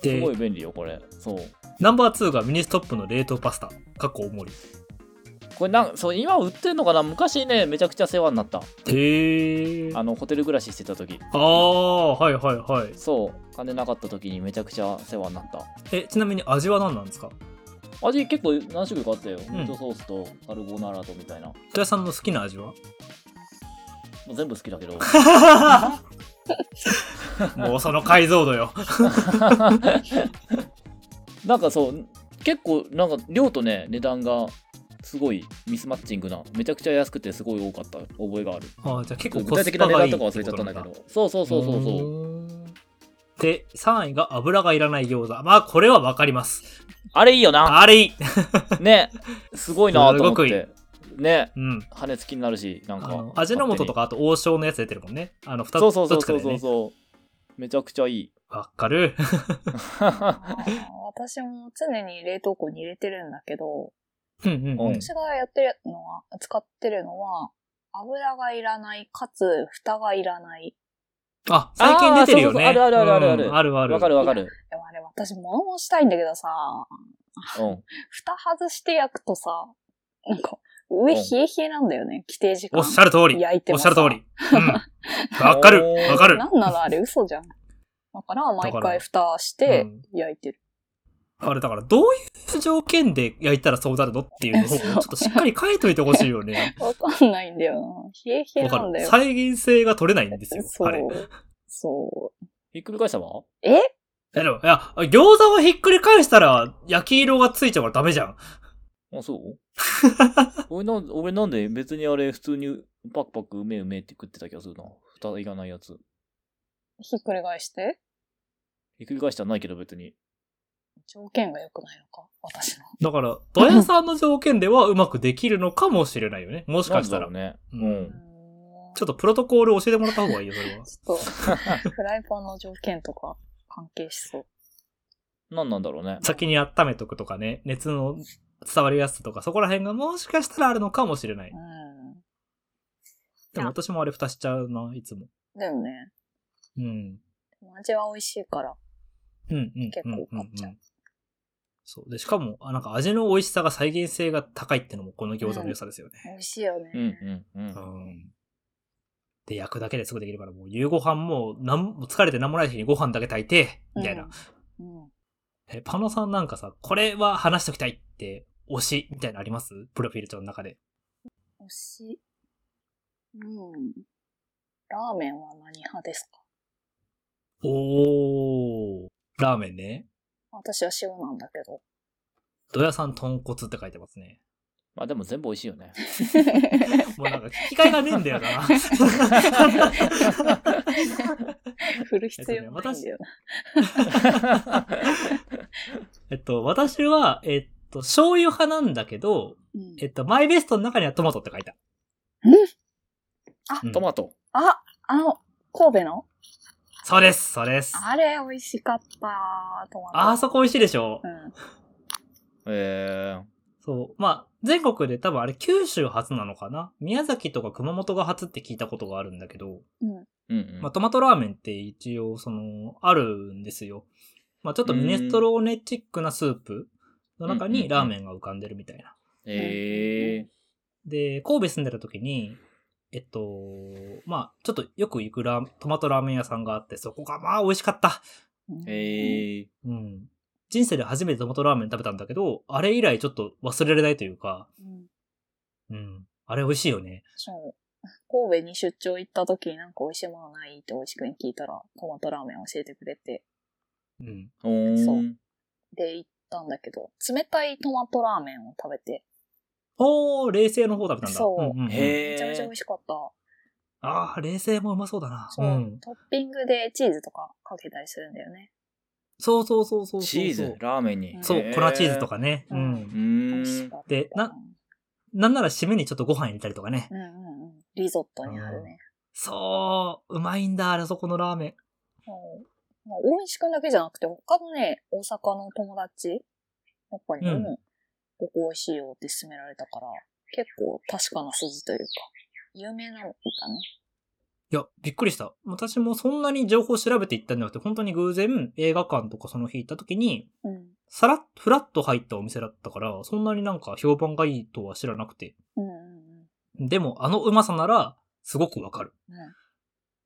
Speaker 2: す
Speaker 3: で
Speaker 2: ご、い便利よこれそう
Speaker 3: ナンバー2がミニストップの冷凍パスタ。かっこ大盛り。
Speaker 2: これなんそう今売ってるのかな昔ねめちゃくちゃ世話になった
Speaker 3: へえ。
Speaker 2: あのホテル暮らししてた時
Speaker 3: ああ、はいはいはい。
Speaker 2: そう金なかった時にめちゃくちゃ世話になった
Speaker 3: え、ちなみに味は何なんですか
Speaker 2: 味結構何種類かあったよ、ミートソースとカルボナーラとみたいなも
Speaker 3: 平井さんの好きな味
Speaker 2: [LAUGHS]
Speaker 3: は
Speaker 2: う全部好きだけど
Speaker 3: もうその解像度よ。
Speaker 2: なんかそう結構なんか量とね値段がすごいミスマッチングなめちゃくちゃ安くてすごい多かった覚えがある
Speaker 3: あーじゃあ結構
Speaker 2: 具
Speaker 3: コ
Speaker 2: 体
Speaker 3: ス
Speaker 2: 的
Speaker 3: パ
Speaker 2: な値
Speaker 3: がい
Speaker 2: 段
Speaker 3: い
Speaker 2: とか
Speaker 3: っ
Speaker 2: 忘
Speaker 3: て
Speaker 2: れちゃ
Speaker 3: こ
Speaker 2: っ
Speaker 3: と
Speaker 2: た
Speaker 3: な
Speaker 2: んだ
Speaker 3: ん
Speaker 2: け
Speaker 3: だ。
Speaker 2: どそうそうそうそうそう
Speaker 3: う。で、3位が油がいらない餃子。まあ、これはわかります。
Speaker 2: あれいいよな
Speaker 3: あれ
Speaker 2: [LAUGHS]
Speaker 3: いい。
Speaker 2: ねすごいなと思っ
Speaker 3: す
Speaker 2: てね
Speaker 3: うん。
Speaker 2: 羽付きになるしなん
Speaker 3: あ
Speaker 2: か
Speaker 3: の味の素とか、あと王将のやつ出てるもんね。あの、二つ、
Speaker 2: そうそうそ
Speaker 3: どっ
Speaker 2: う
Speaker 3: ちか
Speaker 2: そう
Speaker 3: で
Speaker 2: そう
Speaker 3: ね。
Speaker 2: そうめちゃくちゃい
Speaker 3: [LAUGHS]
Speaker 2: い
Speaker 3: わかる。
Speaker 1: あー私も常に冷凍庫に入れてるんだけど、
Speaker 3: うんうんうん。
Speaker 1: 私がやってるのは、使ってるのは、油がいらない、かつ蓋がいらない。
Speaker 3: あ、最近出てるよね。
Speaker 2: あーそうそうそうあるあるあるある
Speaker 3: うんあるある。
Speaker 2: わかるわかる
Speaker 1: でもあれ私物申したいんだけどさ、
Speaker 2: うん
Speaker 1: 蓋外して焼くとさ、なんか上
Speaker 2: うん
Speaker 1: 冷え冷えなんだよね、規定時間。
Speaker 3: おっしゃる通り。
Speaker 1: 焼いて
Speaker 3: お
Speaker 1: も
Speaker 3: っし
Speaker 1: さ
Speaker 3: ゃる通り。うん。わかる。
Speaker 2: おー
Speaker 3: わかる。
Speaker 1: なんならあれ嘘じゃん。だから毎回蓋して焼いてる。
Speaker 3: あれだから、どういう条件で焼いたらそうなるのっていうのを、ち
Speaker 1: そう
Speaker 3: ょっとしっかり書いといてほしいよ
Speaker 1: [LAUGHS]
Speaker 3: ね。
Speaker 1: わかんないんだよな。冷え冷え
Speaker 3: わか
Speaker 1: なんだ
Speaker 3: る。
Speaker 1: よ。
Speaker 3: 再現性が取れないんですよ、
Speaker 1: そ。
Speaker 3: あれ。いう
Speaker 1: そう。
Speaker 2: ひっくり返したわ
Speaker 1: え
Speaker 3: や、でもいや餃子をひっくり返したら、焼き色がついちゃうからダメじゃん。[LAUGHS]
Speaker 2: あ、そう俺なん俺なんで別にあれ普通にパクパクうめえうめえって食ってた気がするな。蓋いらないやつ。
Speaker 1: ひっくり返して
Speaker 2: ひっくり返してはないけど別に。
Speaker 1: 条件が良くないのか私の。
Speaker 3: だから、土屋さんの条件ではうまくできるのかもしれないよね。もしかしたら。
Speaker 2: なんだろうね。
Speaker 3: う
Speaker 2: うん。
Speaker 1: うんーん
Speaker 3: ちょっとプロトコール教えてもらった方がいいよ、それは。
Speaker 1: ちょっと、フライパンの条件とか関係しそう。
Speaker 2: なんなんだろうね。
Speaker 3: 先に温めとくとかね、熱の伝わりやすさとか、そこら辺がもしかしたらあるのかもしれない。
Speaker 1: うん。
Speaker 3: でも私もあれ蓋しちゃうな、いつも。
Speaker 1: だよね。
Speaker 3: うん。
Speaker 1: 味は美味しいから。
Speaker 3: うんうんうん
Speaker 1: 結構買っちゃう
Speaker 3: そう。で、しかも、あなんか味の美味しさが再現性が高いってのもこの餃子の良さですよね。
Speaker 1: 美味しいよね。
Speaker 2: うんうんうん。
Speaker 3: うん。で、焼くだけですぐできるから、もう夕ご飯も、なんも疲れて何もない日にご飯だけ炊いて、みたいな。
Speaker 1: うん。うん
Speaker 3: え、パノさんなんかさ、これは話しときたいって、推し、みたいなのありますプロフィール帳の中で。
Speaker 1: 推し。うん。ラーメンは何派ですか
Speaker 3: おー。ラーメンね。
Speaker 1: 私は塩なんだけ
Speaker 3: [LAUGHS]
Speaker 1: ど。
Speaker 3: 土屋さん豚骨って書いてますね。
Speaker 2: まあでも全部美味しいよね。
Speaker 3: もうなんか聞き換えがねえんだよな。
Speaker 1: 振る必要ないんだよな。
Speaker 3: えっと、私は、えっと、醤油派なんだけど、
Speaker 1: うん
Speaker 3: えっと、マイベストの中にはトマトって書いた。
Speaker 2: トマト。
Speaker 1: あ、あの、神戸の
Speaker 3: そうです、そうです。
Speaker 1: あれ美味しかった。トマト。
Speaker 3: あそこ美味しいでしょ、
Speaker 1: うん。
Speaker 2: え
Speaker 3: そう。まあ、全国で多分あれ九州初なのかな宮崎とか熊本が初って聞いたことがあるんだけど、
Speaker 1: うん。
Speaker 2: ー。うんうん。
Speaker 3: まあ、トマトラーメンって一応、その、あるんですよ。まあ、ちょっとミネストローネチックなスープの中
Speaker 2: うんうんう
Speaker 3: に
Speaker 2: ん
Speaker 3: ラーメンが浮かんでるみたいな。
Speaker 2: え
Speaker 3: で、神戸住んでた時に、えっと、まあ、ちょっとよく行くラートマトラーメン屋さんがあって、そこがまあ美味しかった。
Speaker 2: ー。えー。
Speaker 3: うん。人生で初めてトマトラーメン食べたんだけど、あれ以来ちょっと忘れられないというか、
Speaker 1: うん
Speaker 3: うん。あれ美味しいよね。
Speaker 1: そう。神戸に出張行った時になんか美味しいものないって美味しくに聞いたら、トマトラーメン教えてくれて、
Speaker 3: うん。
Speaker 2: おー
Speaker 1: そ
Speaker 2: ん。
Speaker 1: で行ったんだけど、冷たいトマトラーメンを食べて、
Speaker 3: おー、冷製の方食べたんだ。
Speaker 1: そう
Speaker 3: うんうんうん
Speaker 1: め
Speaker 2: へ
Speaker 1: ちゃめちゃ美
Speaker 2: ー
Speaker 1: 味。しかった。
Speaker 3: あー、冷製もうまそうだな。
Speaker 1: そう、
Speaker 3: ん。
Speaker 1: トッピングでチーズとかかけたりするんだよね。
Speaker 3: そうそうそうそうそう。
Speaker 2: チーズ、ラーメンに。
Speaker 3: そう、
Speaker 2: へ
Speaker 3: 粉チーズと。かね。う。
Speaker 2: うん
Speaker 1: 美
Speaker 2: ー
Speaker 1: 味し
Speaker 2: ん
Speaker 1: か。った。
Speaker 3: でななんなら締めにちょっとご飯入れたりとかね
Speaker 1: う。んうんうん。リゾットにあるね。
Speaker 3: そう、うまいんだ、あれそこのラーメン。
Speaker 1: そうまあ、大西くんだけじゃなくて、他のね、大阪の友達の子にも、ここ美味しいよって勧められたから、結構確かな筋というか、有名なのいたね。
Speaker 3: いや、びっくりした。私もそんなに情報調べていったんじゃなくて、本当に偶然映画館とかその日行った時に、
Speaker 1: うん。
Speaker 3: さらっ、ふらっと入ったお店だったから、そんなになんか評判がいいとは知らなくて。
Speaker 1: うんうん
Speaker 3: でも、あのうまさなら、すごくわかる。
Speaker 1: うん。うん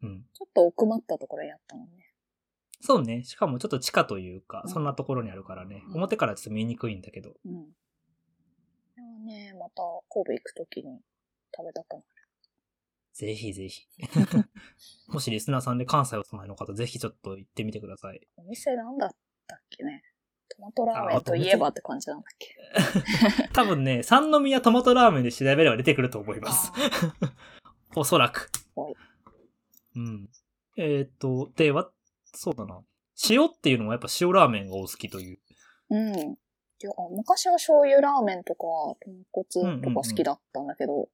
Speaker 3: うん。
Speaker 1: ちょっと奥まったところやったもんね。
Speaker 3: そうね。しかもちょっと地下というか、
Speaker 1: うん
Speaker 3: そんなところにあるからね。
Speaker 1: うん
Speaker 3: 表からちょっと見にくいんだけど。
Speaker 1: うん。これはね、また神戸行くときに食べたくなる。
Speaker 3: ぜひ
Speaker 1: [LAUGHS]
Speaker 3: ぜひ。もしリスナーさんで関西お住まいの方、ぜひちょっと行ってみてください。
Speaker 1: お店なんだったっけね。トマトラーメンといえばって感じなんだっけ。
Speaker 3: 多分ね、三宮トマトラーメンで調べれば出てくると思います。おそらく
Speaker 1: はい。
Speaker 3: うん。えーっ、と、で、わ、そうだな。塩っていうのもやっぱ塩ラーメンがお好きという。
Speaker 1: うん。っていうか、昔は醤油ラーメンとか、豚骨とか好きだったんだけど、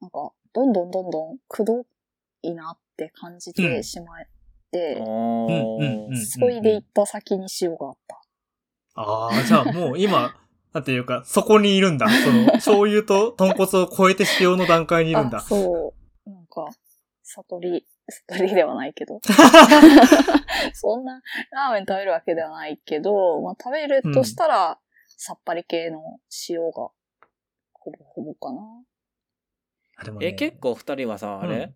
Speaker 1: なんか、どんどんどんどん、くどいなって感じてしまって、
Speaker 2: お
Speaker 3: うんうんうん
Speaker 1: そいで行った先に塩があった。
Speaker 3: ああ、じゃあもう今、 [LAUGHS] なんていうか、そこにいるんだ。その、醤油と豚骨を超えて塩の段階にいるん
Speaker 1: あ、
Speaker 3: だ。
Speaker 1: そう。なんか、悟り、悟りではないけ
Speaker 3: [LAUGHS]
Speaker 1: ど。 [LAUGHS] そんなラーメン食べるわけではないけど、まあ食べるとしたら、さっぱり系の塩が、ほぼほぼかな。
Speaker 3: あでもね
Speaker 2: え、結構二人はさ、あれ、
Speaker 3: うん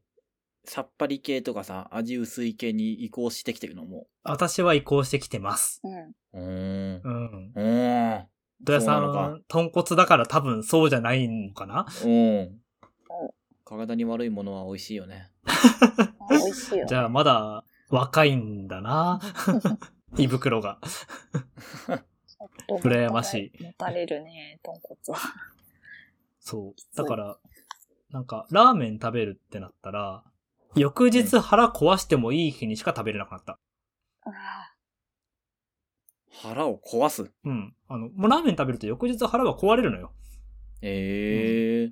Speaker 2: さっぱり系とかさ、味薄い系に移行してきてるのも
Speaker 3: 私は移行してきてます。
Speaker 1: うん。
Speaker 2: う。うーん。
Speaker 3: うん。
Speaker 2: うーん。
Speaker 3: 土屋さ
Speaker 2: そうなの
Speaker 3: ん、豚骨だから多分そうじゃないのかな
Speaker 2: うん。体に悪いものは美味しいよね。
Speaker 1: あ美味しいよね。
Speaker 3: じゃあまだ若いんだな。胃袋が。羨まし
Speaker 1: い。持たれるね、豚骨は。 [LAUGHS]
Speaker 3: そう。
Speaker 1: そ
Speaker 3: だ
Speaker 1: う
Speaker 3: から、なんか、ラーメン食べるってなったら、翌日腹壊してもいい日にしか食べれなくなった。
Speaker 1: あ
Speaker 2: 腹を壊す。
Speaker 3: うん。あの、もうラーメン食べると翌日腹が壊れるのよ。
Speaker 2: ええー。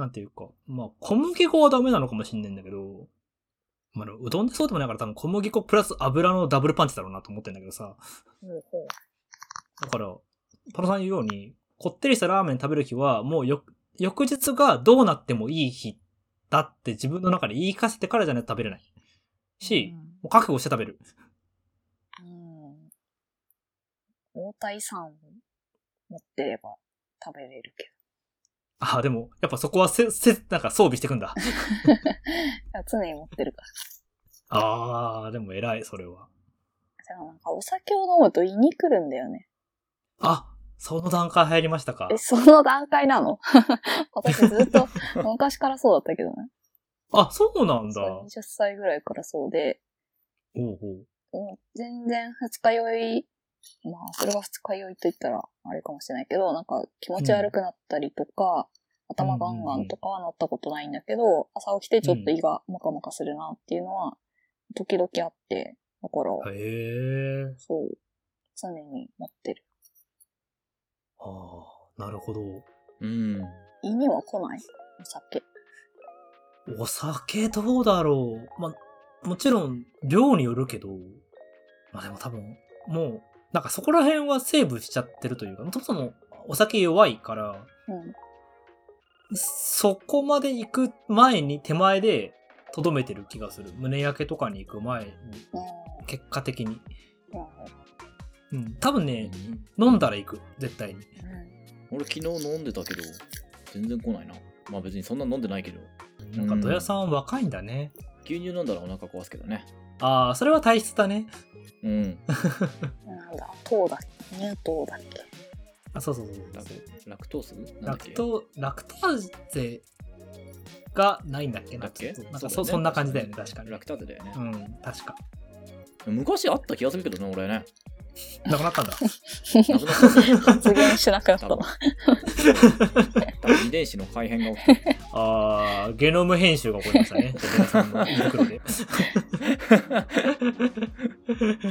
Speaker 3: なんていうか、まあ、小麦粉はダメなのかもしんないんだけど、まあ、でもうどんでそうでもないから多分小麦粉プラス油のダブルパンチだろうなと思ってんだけどさ。
Speaker 1: ーほうほう
Speaker 3: だから、パロさん言うように、こってりしたラーメン食べる日は、もうよ、翌日がどうなってもいい日だって自分の中で言い聞かせてからじゃないと食べれない。し、もう覚悟して食べる。
Speaker 1: うん。うん大体さん持ってれば食べれるけ
Speaker 3: ああ、でも、やっぱそこはせ、せ、なんか装備してく
Speaker 1: [LAUGHS]
Speaker 3: んだ。
Speaker 1: ど。常に持ってるから。
Speaker 3: ああ、でも偉い、それは。
Speaker 1: だからなんかお酒を飲むと胃に来るんだよね。
Speaker 3: あ、その段階入りましたか
Speaker 1: え、。その段階なの [LAUGHS] 私ずっと昔からそうだったけどね。
Speaker 3: あ、そうなんだ。
Speaker 1: そう
Speaker 3: おう
Speaker 1: 20歳ぐらいからそうで、
Speaker 3: おう。
Speaker 1: もう全然二日酔い、まあそれが二日酔いと言ったらあれかもしれないけど、なんか気持ち悪くなったりとか、頭ガンガンとかはなったことないんだけど、朝起きてちょっと胃がもかもかするなっていうのは、時々あって、だから、
Speaker 3: へえ。
Speaker 1: そう、常に持ってる。
Speaker 3: ああ、なるほど。
Speaker 2: うん。
Speaker 1: 胃には来ないお酒。
Speaker 3: お酒どうだろう。まあ、もちろん、量によるけど、まあでも多分、もう、なんかそこら辺はセーブしちゃってるというか、そもそもお酒弱いから、
Speaker 1: うん。
Speaker 3: そこまで行く前に手前で、とどめてる気がする。胸焼けとかに行く前に、
Speaker 1: うん
Speaker 3: 結果的に。
Speaker 1: うん
Speaker 3: うん。多分ね、飲んだら行く。絶対に。
Speaker 2: 俺昨日飲んでたけど、全然来ないな。まあ別にそんな飲んでないけど、
Speaker 3: なんか、土屋さん若いんだね。
Speaker 2: 牛乳飲んだらお腹壊すけどね。
Speaker 3: ああ、それは体質だね。 [LAUGHS]
Speaker 2: う
Speaker 1: う
Speaker 2: ん。
Speaker 1: ん。なんだ、糖だっけ乳糖だっけ
Speaker 3: あ、そうそうそうそう
Speaker 2: ラクラクトースな
Speaker 3: ラ
Speaker 2: んだっ
Speaker 3: ク
Speaker 2: け
Speaker 3: ト、ラクターゼがないんだっけ
Speaker 2: だっけ
Speaker 3: なんかそ
Speaker 2: そうだよね
Speaker 3: そんな感じだよね、確かに。
Speaker 2: ラクターゼだよね
Speaker 3: う。ん、確か。
Speaker 2: 昔あった気がするけどね、
Speaker 3: [LAUGHS]
Speaker 2: 俺ね。
Speaker 3: なくなったんだ。
Speaker 2: なくなったね
Speaker 1: 発言しなくなった
Speaker 2: 多
Speaker 1: な
Speaker 2: 分。多分遺伝子の改変が起きて
Speaker 3: [LAUGHS] ああ、ゲノム編集が起こりましたね。小倉さんの胃袋で。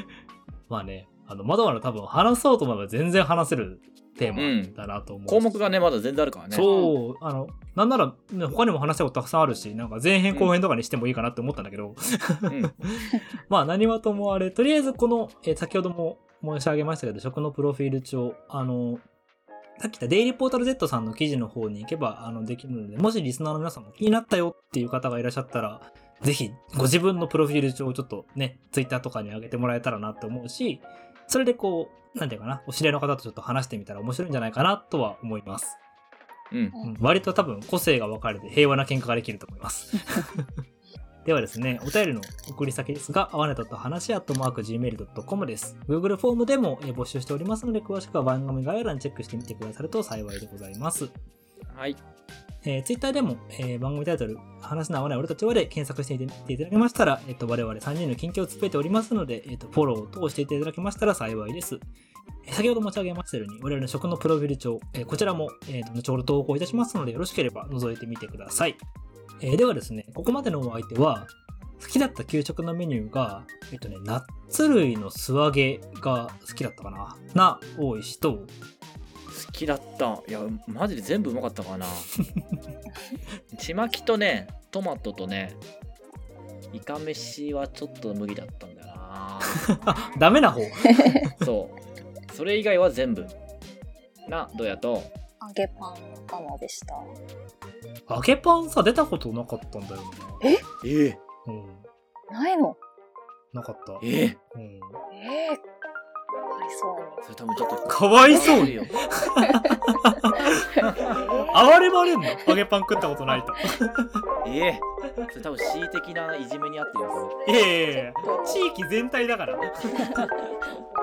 Speaker 3: [LAUGHS] まあね、あの、まだまだ多分話そうと思えば全然話せるテーマだなと思う。
Speaker 2: 項目がね、まだ全然あるからね。
Speaker 3: そう、あの、なんなら、ね、他にも話したことたくさんあるし、なんか前編後編とかにしてもいいかなって思ったんだけど、
Speaker 2: うん。
Speaker 3: まあ何はともあれ、とりあえずこの、えー先ほども申し上げましたけど、食のプロフィール帳、あの、さっき言ったデイリーポータル Z さんの記事の方に行けばあのできるので、もしリスナーの皆さんも気になったよっていう方がいらっしゃったら、ぜひご自分のプロフィール帳をちょっとね、ツイッターとかに上げてもらえたらなって思うし、それでこう、なんていうかな、お知り合いの方とちょっと話してみたら面白いんじゃないかなとは思います。
Speaker 2: うん。
Speaker 3: うん割と多分個性が分かれて平和な喧嘩ができると思い [LAUGHS] ます。ではですね、お便りの送り先ですが、あわねとと話やとマーク gmail.com です。Google フォームでもえー募集しておりますので、詳しくは番組概要欄にチェックしてみてくださると幸いでございます。
Speaker 2: はい。
Speaker 3: えー、Twitter でも、えー番組タイトル、話の合わない俺たちはで検索してみていただけましたら、えっ、と、我々3人の近況をつぶえておりますので、えっ、と、フォロー等をしていただけましたら幸いです。えー先ほど申し上げましたように、我々の食のプロフィール帳、えーこちらも、えーと後ほど投稿いたしますので、よろしければ覗いてみてください。えーではですね、ここまでのお相手は、好きだった給食のメニューが、えっ、とね、ナッツ類の素揚げが好きだったかな、な大石と、
Speaker 2: 好きだった。いや、マジで全部うまかっ
Speaker 3: [LAUGHS]
Speaker 2: たからな。ちまきとね、トマトとね、いかめしはちょっと無理だったんだ
Speaker 3: [LAUGHS]
Speaker 2: よな。
Speaker 3: あ、 [LAUGHS] ダメな方。
Speaker 2: そう。それ以外は全部。な、どうやと。
Speaker 1: 揚げパンの玉でした。
Speaker 3: 揚げパンさ出たことなかったんだよね
Speaker 2: ええ
Speaker 3: うん
Speaker 1: ないの
Speaker 3: なかった、
Speaker 2: ええ
Speaker 3: うん、
Speaker 1: ええー。かわいそうに。
Speaker 2: それ多分ちょっと。
Speaker 3: かわいそう
Speaker 2: よ。
Speaker 3: 哀れまれんの揚げパン食ったことないと
Speaker 2: ええそれ多分恣意的ないじめにあってるよ、それ
Speaker 1: [LAUGHS]
Speaker 3: いやいやいや地域全体だから
Speaker 1: えー